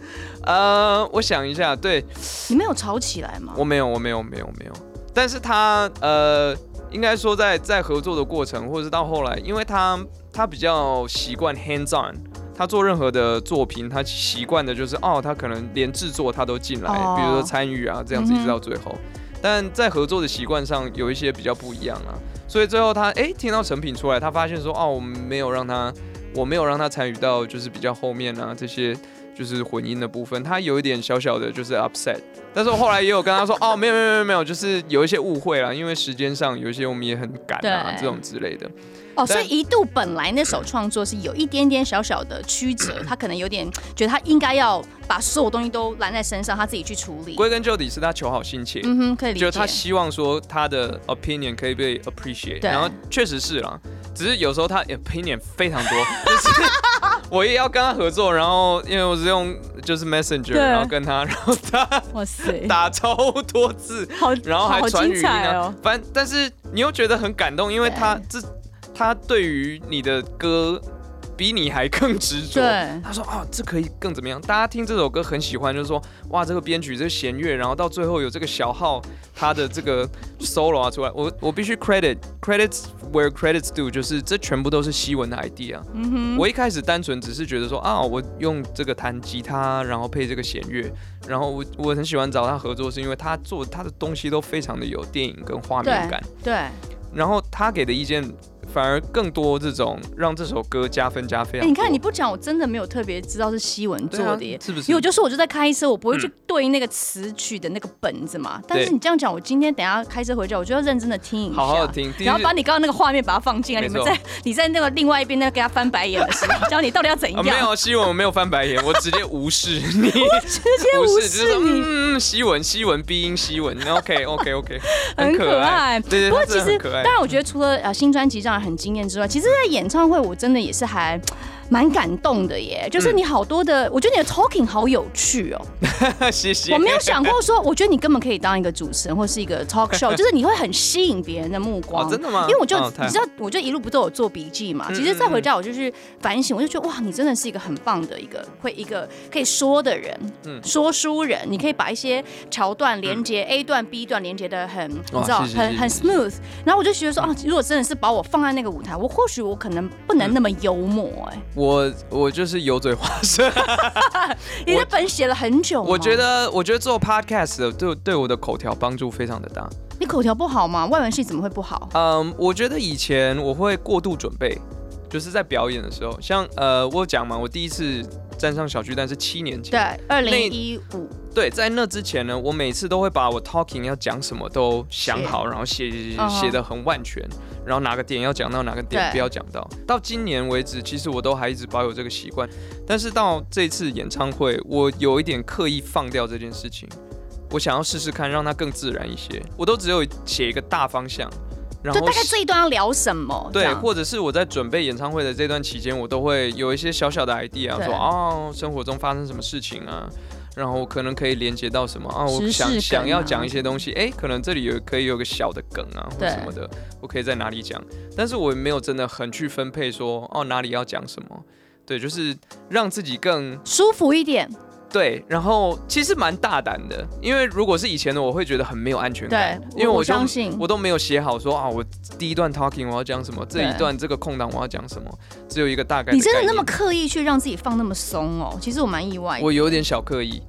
Speaker 4: 呃，我想一下，对，
Speaker 5: 你没有吵起来吗？
Speaker 4: 我没有，我没有，没有，没有。但是他呃，应该说在在合作的过程，或者是到后来，因为他他比较习惯 hands on，他做任何的作品，他习惯的就是哦，他可能连制作他都进来，
Speaker 5: 哦
Speaker 4: 比如说参与啊这样子，
Speaker 5: 嗯
Speaker 4: 一
Speaker 5: 哼
Speaker 4: 直到最后。但在合作的习惯上有一些比较不一样啊，所以最后他诶听到成品出来，他发现说哦，我们没有让他，我没有让他参与到就是比较后面啊这些就是混音的部分，他有一点小小的就是 upset，但是我后来也有跟他说哦，没有没有没有没有，就是有一些误会啦，因为时间上有一些我们也很赶啊
Speaker 5: 对
Speaker 4: 这种之类的，但
Speaker 5: 哦，所以一度本来那首创作是有一点点小小的曲折，他可能有点觉得他应该要把所有东西都揽在身上，他自己去处理。
Speaker 4: 归根究底是他求好心切，
Speaker 5: 嗯哼，可以理
Speaker 4: 就
Speaker 5: 解。
Speaker 4: 他希望说他的 opinion 可以被 appreciate，
Speaker 5: 对
Speaker 4: 然后确实是啦，只是有时候他 opinion 非常多， 就是我也要跟他合作，然后因为我是用就是 messenger，
Speaker 1: 对
Speaker 4: 然后跟他，然后他
Speaker 1: 哇塞，
Speaker 4: 打超多字，
Speaker 1: 好，
Speaker 4: 然后还
Speaker 1: 好
Speaker 4: 传
Speaker 1: 精
Speaker 4: 语音
Speaker 1: 彩
Speaker 4: 啊，
Speaker 1: 哦。
Speaker 4: 反正但是你又觉得很感动，因为
Speaker 5: 对
Speaker 4: 他这他对于你的歌比你还更执着。
Speaker 5: 对
Speaker 4: 他说啊，这可以更怎么样？大家听这首歌很喜欢，就是说哇，这个编曲这个弦乐，然后到最后有这个小号他的这个 solo 啊出来，我我必须 credit credits where credits due，就是这全部都是西文的 idea。
Speaker 1: 嗯哼，
Speaker 4: 我一开始单纯只是觉得说啊，我用这个弹吉他，然后配这个弦乐，然后我我很喜欢找他合作，是因为他做他的东西都非常的有电影跟画面感，
Speaker 5: 对，
Speaker 4: 然后他给的意见反而更多这种让这首歌加分加非常
Speaker 5: 哎、
Speaker 4: 多。
Speaker 5: 你看你不讲，我真的没有特别知道是西文
Speaker 4: 对
Speaker 5: 做
Speaker 4: 啊
Speaker 5: 的耶。
Speaker 4: 是不
Speaker 5: 因
Speaker 4: 是？
Speaker 5: 为我就说我就在开车，我不会去
Speaker 4: 嗯
Speaker 5: 对那个词曲的那个本子嘛。但是你这样讲，我今天等一下开车回家，我就要认真的听一下，
Speaker 4: 好好地听第一
Speaker 5: 然后把你刚刚那个画面把它放进来。
Speaker 4: 没
Speaker 5: 你
Speaker 4: 错
Speaker 5: 们在你在那个另外一边那个给他翻白眼的时 候，教你到底要怎
Speaker 4: 啊，
Speaker 5: 样？
Speaker 4: 没有西文，我没有翻白眼，我直接无视 你，
Speaker 1: 直接
Speaker 4: 无
Speaker 1: 无
Speaker 4: 视就是
Speaker 1: 视
Speaker 4: 说
Speaker 1: 你，
Speaker 4: 嗯，嗯西文西文鼻音西文，OK OK OK，
Speaker 5: 很可爱
Speaker 4: 对对，
Speaker 5: 不过
Speaker 4: 他
Speaker 5: 其
Speaker 4: 真的很
Speaker 5: 实，
Speaker 4: 可爱
Speaker 5: 当然我觉得除了呃新专辑让人很惊艳之外，其实，在演唱会我真的也是还蛮感动的耶。就是
Speaker 4: 嗯
Speaker 5: 你好多的，我觉得你的 talking 好有趣哦。
Speaker 4: 谢谢。
Speaker 5: 我没有想过说，我觉得你根本可以当一个主持人或是一个 talk show，就是你会很吸引别人的目光。
Speaker 4: 哦，真的吗？
Speaker 5: 因为我就、
Speaker 4: 哦太
Speaker 5: 你知
Speaker 4: 好
Speaker 5: 道，我就一路不都有做笔记嘛。
Speaker 4: 嗯
Speaker 5: 其实再回家我就去反省，我就觉得哇，你真的是一个很棒的一个会一个可以说的人，
Speaker 4: 嗯
Speaker 5: 说书人。你可以把一些桥段连接、A 段 B 段连接的很，
Speaker 4: 哇
Speaker 5: 你知道，
Speaker 4: 是是
Speaker 5: 很
Speaker 4: 是
Speaker 5: 很 smooth。然后我就觉得说，啊，如果真的是把我放在那个舞台，我或许我可能不能那么幽默、哎、
Speaker 4: 我我就是油嘴滑舌。
Speaker 5: 哦你的本写了很久吗，
Speaker 4: 我觉得，我觉得做 podcast 的对对我的口条帮助非常的大。
Speaker 5: 你口条不好吗？外文系怎么会不好？
Speaker 4: 嗯，我觉得以前我会过度准备，就是在表演的时候，像呃，我有讲嘛，我第一次站上小巨蛋是七年
Speaker 5: 对
Speaker 4: 前。，
Speaker 5: 二零一五，
Speaker 4: 对，在那之前呢，我每次都会把我 talking 要讲什么都想好，然后写写写
Speaker 5: 嗯哼
Speaker 4: 写的很万全，然后哪个点要讲到哪个点
Speaker 5: 对
Speaker 4: 不要讲到。到今年为止，其实我都还一直保有这个习惯，但是到这次演唱会，我有一点刻意放掉这件事情，我想要试试看让它更自然一些。我都只有写一个大方向，然
Speaker 5: 就
Speaker 4: 后
Speaker 5: 大概
Speaker 4: 是
Speaker 5: 这一段要聊什么？这
Speaker 4: 对，
Speaker 5: 样
Speaker 4: 或者是我在准备演唱会的这段期间，我都会有一些小小的 idea，
Speaker 5: 对
Speaker 4: 说哦，生活中发生什么事情啊，然后可能可以连接到什么啊，我
Speaker 5: 时事
Speaker 4: 想、
Speaker 5: 梗啊
Speaker 4: 想要讲一些东西，哎，可能这里有可以有个小的梗啊，或
Speaker 5: 对
Speaker 4: 什么的，我可以在哪里讲，但是我也没有真的很去分配说哦哪里要讲什么，对，就是让自己更
Speaker 5: 舒服一点，
Speaker 4: 对，然后其实蛮大胆的，因为如果是以前的，我会觉得很没有安全感
Speaker 5: 对，，
Speaker 4: 因为
Speaker 5: 我
Speaker 4: 就
Speaker 5: 相信
Speaker 4: 我都没有写好说啊，我第一段 talking 我要讲什么，这一
Speaker 5: 对
Speaker 4: 段这个空档我要讲什么，只有一个大概。
Speaker 5: 你真的那么？刻意去让自己放那么松哦？其实我蛮意外的。
Speaker 4: 我有点小刻意。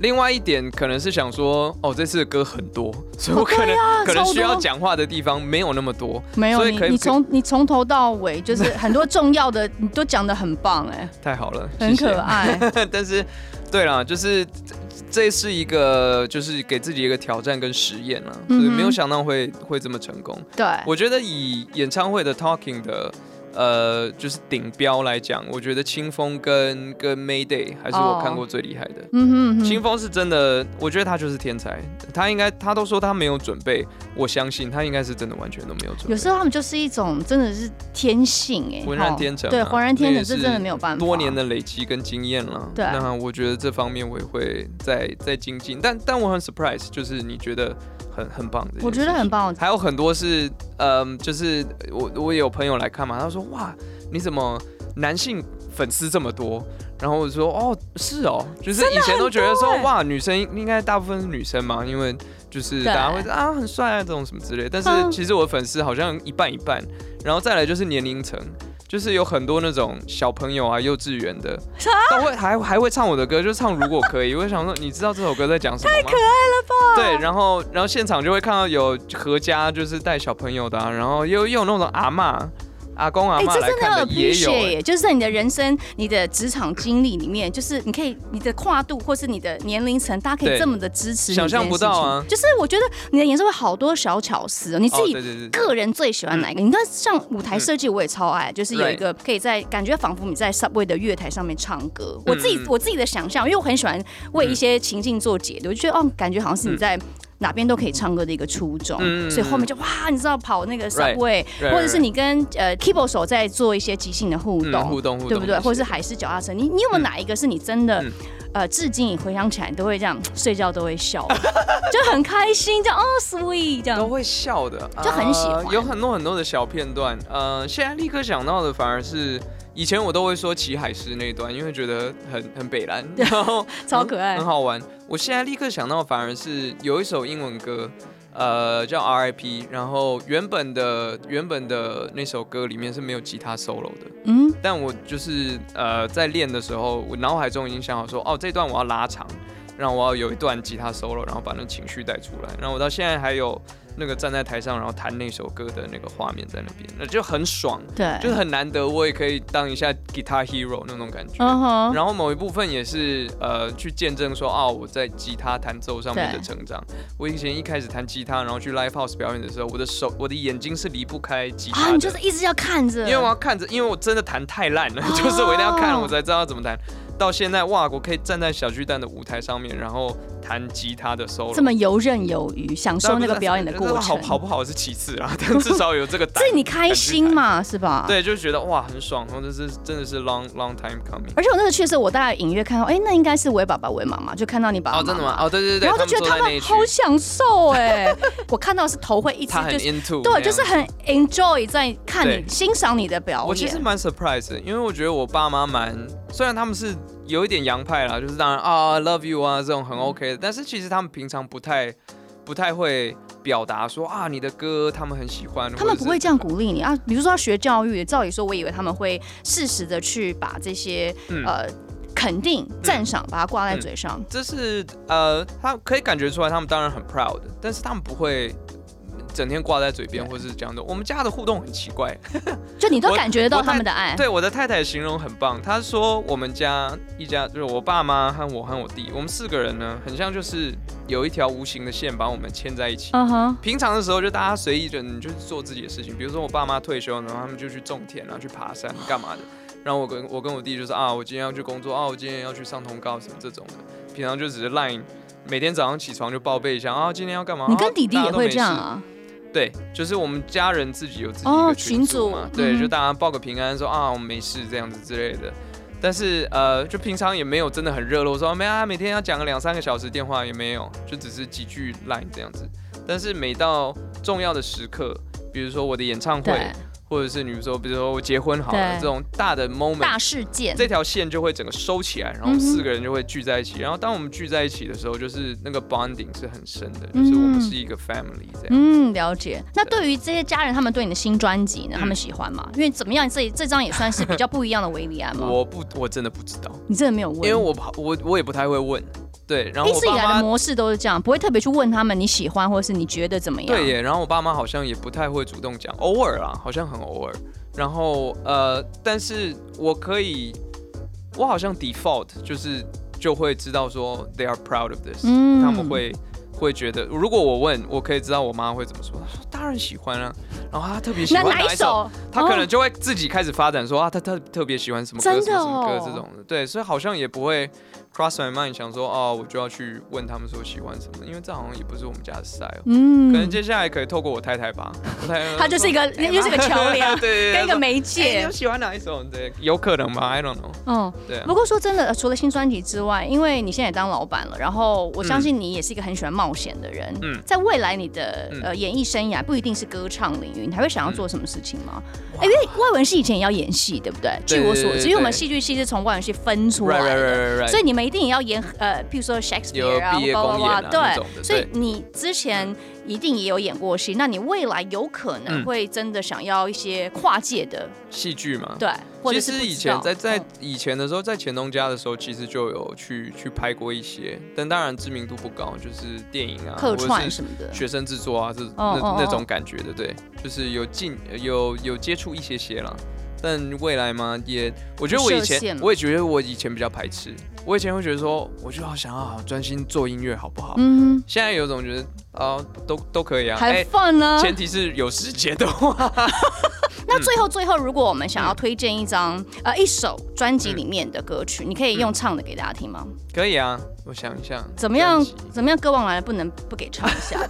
Speaker 4: 另外一点可能是想说，哦，这次的歌很多，所以我
Speaker 5: 哦对
Speaker 4: 可能、
Speaker 5: 啊
Speaker 4: 可能
Speaker 5: 超
Speaker 4: 需要
Speaker 5: 多
Speaker 4: 讲话的地方没有那么多。
Speaker 5: 没有
Speaker 4: 所以
Speaker 5: 你
Speaker 4: 可，以
Speaker 5: 你从你从头到尾 就是很多重要的，你都讲的很棒哎、
Speaker 4: 太好了，
Speaker 5: 很
Speaker 4: 谢谢
Speaker 5: 可。爱。
Speaker 4: 但是，对啦，就是这这是一个就是给自己一个挑战跟实验啦，所以没
Speaker 5: 嗯哼
Speaker 4: 有想到会会这么成功。
Speaker 5: 对，
Speaker 4: 我觉得以演唱会的 talking 的呃，就是顶标来讲，我觉得清风跟跟 Mayday 还是
Speaker 5: 哦
Speaker 4: 我看过最厉害的。
Speaker 5: 嗯哼嗯
Speaker 4: 清
Speaker 5: 哼，
Speaker 4: 风是真的，我觉得他就是天才。他应该，他都说他没有准备，我相信他应该是真的完全都没有准备。
Speaker 5: 有时候他们就是一种真的是天性哎、
Speaker 4: 浑然
Speaker 5: 吼
Speaker 4: 天成啊
Speaker 5: 对，浑然天
Speaker 4: 那也
Speaker 5: 成，这
Speaker 4: 是
Speaker 5: 真的没有办法。
Speaker 4: 多年的累积跟经验了，
Speaker 5: 对
Speaker 4: 那我觉得这方面我也会再再精进。但但我很 surprise，就是你觉得很很棒这件事情，
Speaker 5: 我觉得很棒。
Speaker 4: 还有很多是，嗯，就是我我也有朋友来看嘛，他说哇，你怎么男性粉丝这么多？然后我说哦，是哦，就是以前都觉得说、
Speaker 5: 很多欸
Speaker 4: 哇，女生应该大部分是女生嘛，因为就是
Speaker 5: 对
Speaker 4: 大家会说啊很帅啊这种什么之类的。但是
Speaker 5: 嗯
Speaker 4: 其实我的粉丝好像一半一半，然后再来就是年龄层。就是有很多那种小朋友啊，幼稚园的， 都会还还会唱我的歌，就唱如果可以。我就想说，你知道这首歌在讲什么吗？对，然后然后现场就会看到有合家就是带小朋友的、啊，然后又又有那种阿嬷、阿公阿
Speaker 5: 哎、
Speaker 4: 嬷
Speaker 5: 这
Speaker 4: 来
Speaker 5: 真的
Speaker 4: 看
Speaker 5: 要
Speaker 4: 的也有、
Speaker 5: appreciate，
Speaker 4: 哎
Speaker 5: 耶就是在你的人生、你的职场经历里面，就是你可以你的跨度或是你的年龄层，大家可以
Speaker 4: 对
Speaker 5: 这么的支持你
Speaker 4: 想
Speaker 5: 这件
Speaker 4: 象
Speaker 5: 事情。
Speaker 4: 不到啊
Speaker 5: 就是我觉得你的演唱会好多小巧思哦，你自
Speaker 4: 哦，
Speaker 5: 己
Speaker 4: 对嗯对对，
Speaker 5: 个人最喜欢哪一个？你知道，像舞台设计我也超爱，就是有一个可以在感觉仿佛你在 Subway 的月台上面唱歌。我自己
Speaker 4: 嗯
Speaker 5: 我自己的想象，因为我很喜欢为一些情境做解读，我就觉得哦，感觉好像是你在。哪边都可以唱歌的一个初衷，
Speaker 4: 嗯
Speaker 5: 所以后面就哇，你知道跑那个
Speaker 4: Right，
Speaker 5: subway，
Speaker 4: right，
Speaker 5: 或者是你跟呃 keyboard 手在做一些即兴的互动，
Speaker 4: 嗯，互动互动，
Speaker 5: 对不对？
Speaker 4: 这些
Speaker 5: 或者是海狮脚踏车，你你有没有哪一个是你真的，
Speaker 4: 嗯
Speaker 5: 呃，至今你回想起来你都会这样睡觉都会笑， 就很开心，这样哦 sweet 这
Speaker 4: 都
Speaker 5: 样，
Speaker 4: 会笑的，
Speaker 5: 就很喜欢
Speaker 4: 呃有很多很多的小片段，呃，现在立刻想到的反而是。以前我都会说骑海狮那一段，因为觉得很很北蓝，然后 嗯
Speaker 5: 超可爱
Speaker 4: 很，好玩。我现在立刻想到，反而是有一首英文歌，呃，叫 R.I.P.，然后原本的原本的那首歌里面是没有吉他 solo 的，
Speaker 5: 嗯。
Speaker 4: 但我就是呃在练的时候，我脑海中已经想好说，哦，这段我要拉长，然后我要有一段吉他 solo，然后把那情绪带出来。然后我到现在还有那个站在台上，然后弹那首歌的那个画面在那边，那就很爽，
Speaker 5: 对，
Speaker 4: 就是很难得，我也可以当一下 guitar hero 那种感觉。
Speaker 5: 嗯哼，
Speaker 4: 然后某一部分也是呃，去见证说哦，我在吉他弹奏上面的成长。我以前一开始弹吉他，然后去 live house 表演的时候，我的手、我的眼睛是离不开吉他
Speaker 5: 啊，
Speaker 4: 的，
Speaker 5: 你就是一直要看着，
Speaker 4: 因为我要看着，因为我真的弹太烂
Speaker 5: 哦
Speaker 4: 了，就是我一定要看，我才知道怎么弹。到现在哇，我可以站在小巨蛋的舞台上面，然后弹吉他的 solo，
Speaker 5: 这么游刃有余，享受那个表演的过程，
Speaker 4: 好哎好不好是其次啊，但至少有这 个胆
Speaker 5: 这。是你开心嘛，是吧？。
Speaker 4: 对，就觉得哇很爽，哦然后这是真的是 long long time coming。
Speaker 5: 而且我那个确实，我大概隐约看到，哎，那应该是我爸爸、我妈妈，就看到你爸爸
Speaker 4: 哦，
Speaker 5: 妈
Speaker 4: 真
Speaker 5: 妈
Speaker 4: 的吗？哦，对对对，
Speaker 5: 然后就觉得
Speaker 4: 他
Speaker 5: 他
Speaker 4: 坐在那一
Speaker 5: 们
Speaker 4: 区
Speaker 5: 好享受哎， 我看到是头会一直
Speaker 4: 他很
Speaker 5: 就是。
Speaker 4: into，那
Speaker 5: 对，
Speaker 4: 样
Speaker 5: 就是很 enjoy 在看你
Speaker 4: 对
Speaker 5: 欣赏你的表演。
Speaker 4: 我其实蛮 surprise，的因为我觉得我爸妈蛮，虽然他们是有一点洋派啦，就是当然啊、I love you 啊这种
Speaker 5: 嗯
Speaker 4: 很 OK 的，但是其实他们平常不太不太会表达说啊你的歌他们很喜欢，
Speaker 5: 他们
Speaker 4: 或者
Speaker 5: 不
Speaker 4: 是
Speaker 5: 会这样鼓励你啊。比如说要学教育，照理说，我以为他们会适时的去把这些、
Speaker 4: 嗯
Speaker 5: 呃肯定、赞赏，把它挂在
Speaker 4: 嗯
Speaker 5: 嘴上。
Speaker 4: 这是呃，他可以感觉出来，他们当然很 proud，但是他们不会整天挂在嘴边
Speaker 5: 对
Speaker 4: 或是这样的。我们家的互动很奇怪，
Speaker 5: 就你都
Speaker 4: 嗯我
Speaker 5: 感觉得到
Speaker 4: 我
Speaker 5: 他们的爱。
Speaker 4: 对我的太太形容很棒，她说我们家一家就是我爸妈和我和我弟，我们四个人呢，很像就是有一条无形的线把我们牵在一起。
Speaker 5: 嗯哼，
Speaker 4: 平常的时候就大家随意的，你就去做自己的事情。比如说我爸妈退休，然后他们就去种田啊，去爬山干嘛的。然后我跟我跟我弟就是啊，我今天要去工作啊，我今天要去上通告什么这种的。平常就只是 line，每天早上起床就报备一下啊，今天要干嘛。
Speaker 5: 你
Speaker 4: 啊
Speaker 5: 跟弟弟
Speaker 4: 大家
Speaker 5: 也
Speaker 4: 都
Speaker 5: 会
Speaker 4: 没
Speaker 5: 这样
Speaker 4: 事
Speaker 5: 啊？
Speaker 4: 对，就是我们家人自己有自己一
Speaker 5: 哦
Speaker 4: 个群组嘛，
Speaker 5: 群组嗯
Speaker 4: 对，
Speaker 5: 哼
Speaker 4: 就大家报个平安说啊我们没事这样子之类的。但是呃，就平常也没有真的很热络，说啊没啊，每天要讲个两三个小时电话也没有，就只是几句 line 这样子。但是每到重要的时刻，比如说我的演唱会，
Speaker 5: 对，
Speaker 4: 或者是你说，比如说我结婚好了
Speaker 5: 对
Speaker 4: 这种大的 moment，
Speaker 5: 大事件，
Speaker 4: 这条线就会整个收起来，然后
Speaker 5: 嗯哼
Speaker 4: 四个人就会聚在一起。然后当我们聚在一起的时候，就是那个 bonding 是很深的，
Speaker 5: 嗯
Speaker 4: 就是我们是一个 family 这样。
Speaker 5: 嗯，了解。那
Speaker 4: 对
Speaker 5: 对于这些家人，他们对你的新专辑呢，
Speaker 4: 嗯
Speaker 5: 他们喜欢吗？因为怎么样，这这张也算是比较不一样的维里安嘛。
Speaker 4: 我不，我真的不知道，
Speaker 5: 你真的没嗯有问，
Speaker 4: 因为我怕我我也不太会问。对，然后
Speaker 5: 一
Speaker 4: 我
Speaker 5: 直以
Speaker 4: 爸
Speaker 5: 来的
Speaker 4: 妈
Speaker 5: 模啊式都是这样，不会特别去问他们你喜欢或者是你觉得怎么样。
Speaker 4: 对耶，然后我爸妈好像也不太会主动讲，偶尔啊，好像很偶尔。然后呃，但是我可以，我好像 default 就是就会知道说 they are proud of this，、
Speaker 5: 嗯
Speaker 4: 他们会会觉得，如果我问，我可以知道我妈会怎么说，她说当然喜欢啊，然后她特别喜
Speaker 5: 那
Speaker 4: 欢
Speaker 5: 哪
Speaker 4: 哪
Speaker 5: 一
Speaker 4: 一首，
Speaker 5: 首？
Speaker 4: 她可能
Speaker 5: 哦
Speaker 4: 就会自己开始发展说啊，她特特别喜欢什么歌
Speaker 5: 真的
Speaker 4: 什么什么
Speaker 5: 哦
Speaker 4: 歌这种的，对，所以好像也不会 cross my mind 想说哦，我就要去问他们说喜欢什么，因为这好像也不是我们家的 style。
Speaker 5: 嗯
Speaker 4: 可能接下来可以透过我太太 吧，我太太
Speaker 5: 它就是一个
Speaker 4: 说哎
Speaker 5: 就是个桥 梁
Speaker 4: 对 对对，
Speaker 5: 跟一个
Speaker 4: 她说
Speaker 5: 媒
Speaker 4: 哎你
Speaker 5: 介
Speaker 4: 有。喜欢哪一首？对，有可能吧，I don't know。
Speaker 5: 嗯，
Speaker 4: 对啊
Speaker 5: 不，过说真的，呃除了新专辑之外，因为你现在也当老板了，然后我相信你也是一个很喜欢冒险的人。
Speaker 4: 嗯
Speaker 5: 在未来你的、
Speaker 4: 嗯
Speaker 5: 呃演艺生涯不一定是歌唱领域，你还会想要做什么事情吗？
Speaker 4: 嗯
Speaker 5: 哎因为外文系以前也要演戏，对不对？
Speaker 4: 对
Speaker 5: 据我所
Speaker 4: 对
Speaker 5: 知，
Speaker 4: 对
Speaker 5: 因为我们
Speaker 4: 对
Speaker 5: 戏剧系是从外文系分出来
Speaker 4: right
Speaker 5: 的
Speaker 4: right right right right。
Speaker 5: 所以你们一定也要演呃，譬如说 Shakespeare 啊，
Speaker 4: 有毕业公演啊
Speaker 5: 巴拉巴拉
Speaker 4: 那种
Speaker 5: 对，
Speaker 4: 的
Speaker 5: 所以
Speaker 4: 对
Speaker 5: 你之前一定也有演过戏，那你未来有可能
Speaker 4: 嗯
Speaker 5: 会真的想要一些跨界的，
Speaker 4: 戏剧嘛，
Speaker 5: 对，或者
Speaker 4: 嗯其
Speaker 5: 是
Speaker 4: 实
Speaker 5: 不
Speaker 4: 以
Speaker 5: 知
Speaker 4: 前
Speaker 5: 道
Speaker 4: 在在
Speaker 5: 嗯
Speaker 4: 以前的时候，在钱东家的时候，其实就有去去拍过一些，但当然知名度不高，就是电影啊，
Speaker 5: 客
Speaker 4: 或
Speaker 5: 串
Speaker 4: 者是
Speaker 5: 什么的，
Speaker 4: 学生制作啊，这
Speaker 5: 哦哦
Speaker 4: 那那
Speaker 5: 哦
Speaker 4: 种感觉的，对，就是有进有有接触一些些啦。但未来嘛，也我觉得我以
Speaker 5: 设限
Speaker 4: 前
Speaker 5: 嘛
Speaker 4: 我也觉得我以前比较排斥，我以前会觉得说，我就好想要好专心做音乐，好不好？
Speaker 5: 嗯
Speaker 4: 现在有种觉得啊、都都可以
Speaker 5: 哼，
Speaker 4: 啊，
Speaker 5: 还 fun 呢。
Speaker 4: 前嗯提是有时节的话，
Speaker 5: 那最后最后，如果我们想要推荐一张呃一首专辑里面的歌曲，你可以用唱的给大家听吗？
Speaker 4: 可以啊。我想一下，
Speaker 5: 怎么
Speaker 4: 专
Speaker 5: 样
Speaker 4: 辑？
Speaker 5: 怎么样？歌王来了不能不给唱一下，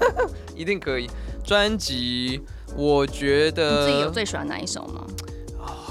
Speaker 4: 一定可以。专辑，我觉
Speaker 5: 你自己有
Speaker 4: 得
Speaker 5: 最喜欢哪一首吗？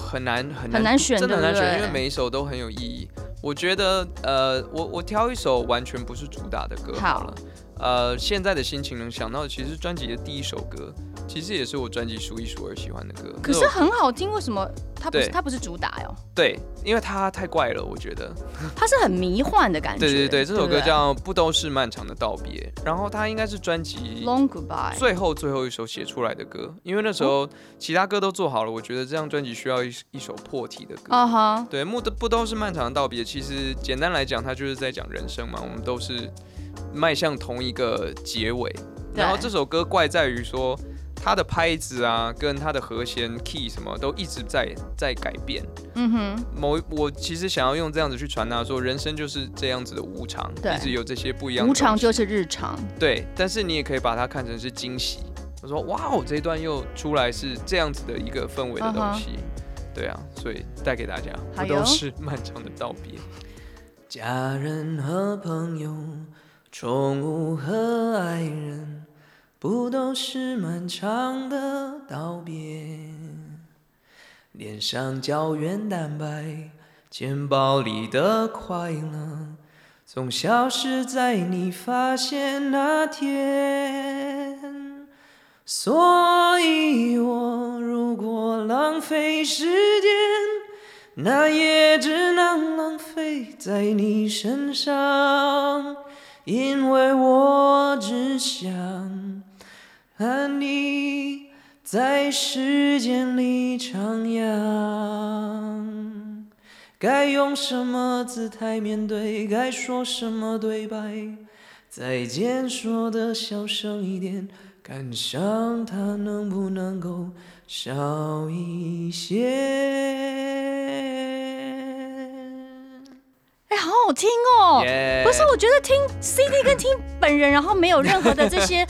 Speaker 4: 很难很呃难
Speaker 5: 很难选，
Speaker 4: 真的很
Speaker 5: 对
Speaker 4: 难
Speaker 5: 不
Speaker 4: 选，
Speaker 5: 对
Speaker 4: 因为每一首都很有意义。我觉得，呃，我我挑一首完全不是主打的歌
Speaker 5: 好
Speaker 4: 好了。呃，现在的心情能想到，其实专辑的第一首歌，其实也是我专辑数一数二喜欢的歌。
Speaker 5: 可是
Speaker 4: 那我
Speaker 5: 很好听，为什么它不是
Speaker 4: 对
Speaker 5: 它不是主打哟？
Speaker 4: 对，因为它太怪了，我觉得。
Speaker 5: 它是很迷幻的感觉。
Speaker 4: 对对对，这首
Speaker 5: 不
Speaker 4: 歌叫《不都是漫长的道别》，然后它应该是专辑
Speaker 5: Long Goodbye。
Speaker 4: 最后最后一首写出来的歌，因为那时
Speaker 5: 哦
Speaker 4: 候其他歌都做好了，我觉得这张专辑需要一一首破题的歌。
Speaker 5: 啊哈，
Speaker 4: 对，木的不都是漫长的道别？其实简单来讲，它就是在讲人生嘛，我们都是迈向同一个结尾。
Speaker 5: 对
Speaker 4: 然后这首歌怪在于说，它的拍子啊，跟它的和弦 key 什么都一直在在改变。
Speaker 5: 嗯哼，
Speaker 4: 某一我其实想要用这样子去传达说，人生就是这样子的无常，
Speaker 5: 对
Speaker 4: 一直有这些不一样的
Speaker 5: 无常
Speaker 4: 东西
Speaker 5: 就是日常，
Speaker 4: 对，但是你也可以把它看成是惊喜。我说哇哦，这一段又出来是这样子的一个氛围的
Speaker 5: 嗯
Speaker 4: 东西对啊，所以带给大家，
Speaker 5: 好
Speaker 4: 不
Speaker 5: 哟
Speaker 4: 都是漫长的道别。家人和朋友，宠物和爱人，不都是漫长的道别？脸上胶原蛋白，钱包里的快乐。总消失在你发现那天。所以我如果浪费时间，那也只能浪费在你身上，因为我只想和你在时间里徜徉。该用什么姿态面对，该说什么对白。再见说的小声一点，感伤它能不能够少一些？
Speaker 5: 哎，好好听哦。
Speaker 4: 耶
Speaker 5: 不是，我觉得听 CD 跟听本人，然后没有任何的这些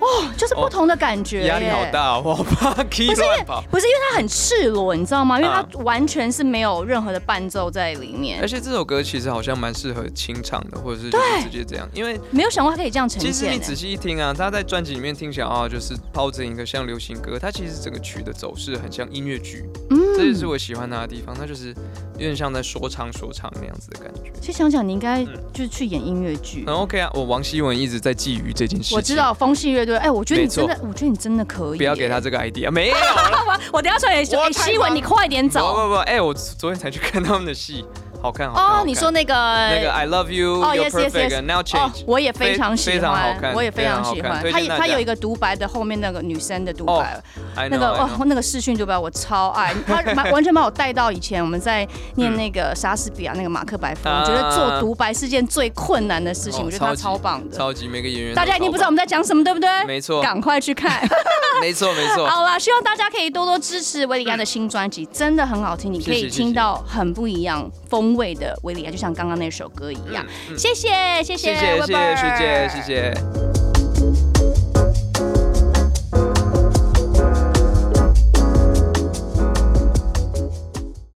Speaker 5: 哦，就是不同的感觉、耶
Speaker 4: 压力好大哦，我好怕 key 乱跑。
Speaker 5: 不是因为它很赤裸，你知道吗？因为它
Speaker 4: 啊
Speaker 5: 完全是没有任何的伴奏在里面
Speaker 4: 而，且这首歌哎其实好像蛮适合清唱的，或者是就是直接这样，因为
Speaker 5: 没有想过它可以这样呈
Speaker 4: 其实
Speaker 5: 现
Speaker 4: 你
Speaker 5: 耶。
Speaker 4: 仔细一听啊，它在专辑里面听起来啊，就是抛成一个像流行歌，它其实整个曲的走势很像音乐剧，
Speaker 5: 嗯
Speaker 4: 这也是我喜欢它的地方，它就是有点像在说唱说唱那样子的感觉。
Speaker 5: 其实想想，你应该
Speaker 4: 嗯
Speaker 5: 就是去演音乐剧。
Speaker 4: 很 OK 啊，我王希文一直在觊觎这件事情，
Speaker 5: 我知，道风系乐队，哎，我觉得你
Speaker 4: 没错
Speaker 5: 真的，我觉得你真的可以。
Speaker 4: 不要给他，这个 idea，没有， 我太
Speaker 5: 我等一下传给哎
Speaker 4: 忙
Speaker 5: 希文，你快点
Speaker 4: 不
Speaker 5: 找。
Speaker 4: 不不，哎、我昨天才去看他们的戏，好看，好看，好
Speaker 5: 哦，
Speaker 4: 看
Speaker 5: 你说那个
Speaker 4: 那个 I love you,
Speaker 5: 哦
Speaker 4: you're
Speaker 5: ，yes, yes,
Speaker 4: perfect,
Speaker 5: yes
Speaker 4: and now
Speaker 5: 哦
Speaker 4: change，，
Speaker 5: 我也非常
Speaker 4: 非
Speaker 5: 喜
Speaker 4: 常好
Speaker 5: 欢
Speaker 4: 看，
Speaker 5: 我也非常喜
Speaker 4: 非常好看
Speaker 5: 欢。他
Speaker 4: 推荐大家
Speaker 5: 他有一个独白的后面那个女生的独
Speaker 4: 哦
Speaker 5: 白，
Speaker 4: I
Speaker 5: 那
Speaker 4: know,
Speaker 5: 个
Speaker 4: I
Speaker 5: 哦
Speaker 4: know，
Speaker 5: 那个视讯独白我超 爱，他把完全把我带到以前我们在念那个莎士比亚那个马克白夫，
Speaker 4: 啊
Speaker 5: 我觉得做独白是件最困难的事情，
Speaker 4: 哦
Speaker 5: 我觉得他
Speaker 4: 超级
Speaker 5: 超棒的。
Speaker 4: 超级每个演员，
Speaker 5: 大家一定不知道我们，在讲什么，对不对？
Speaker 4: 没错，
Speaker 5: 赶快去看。
Speaker 4: 没错，没错，
Speaker 5: 好啦，希望大家可以多多支持维里安的新专辑，真的很好听，你可
Speaker 4: 谢谢
Speaker 5: 以听到很不一样风味的维里安，就像刚刚那首歌一样。谢谢，谢
Speaker 4: 谢
Speaker 5: 谢，
Speaker 4: 嗯谢，谢谢
Speaker 5: Weber
Speaker 4: 学姐，谢。谢。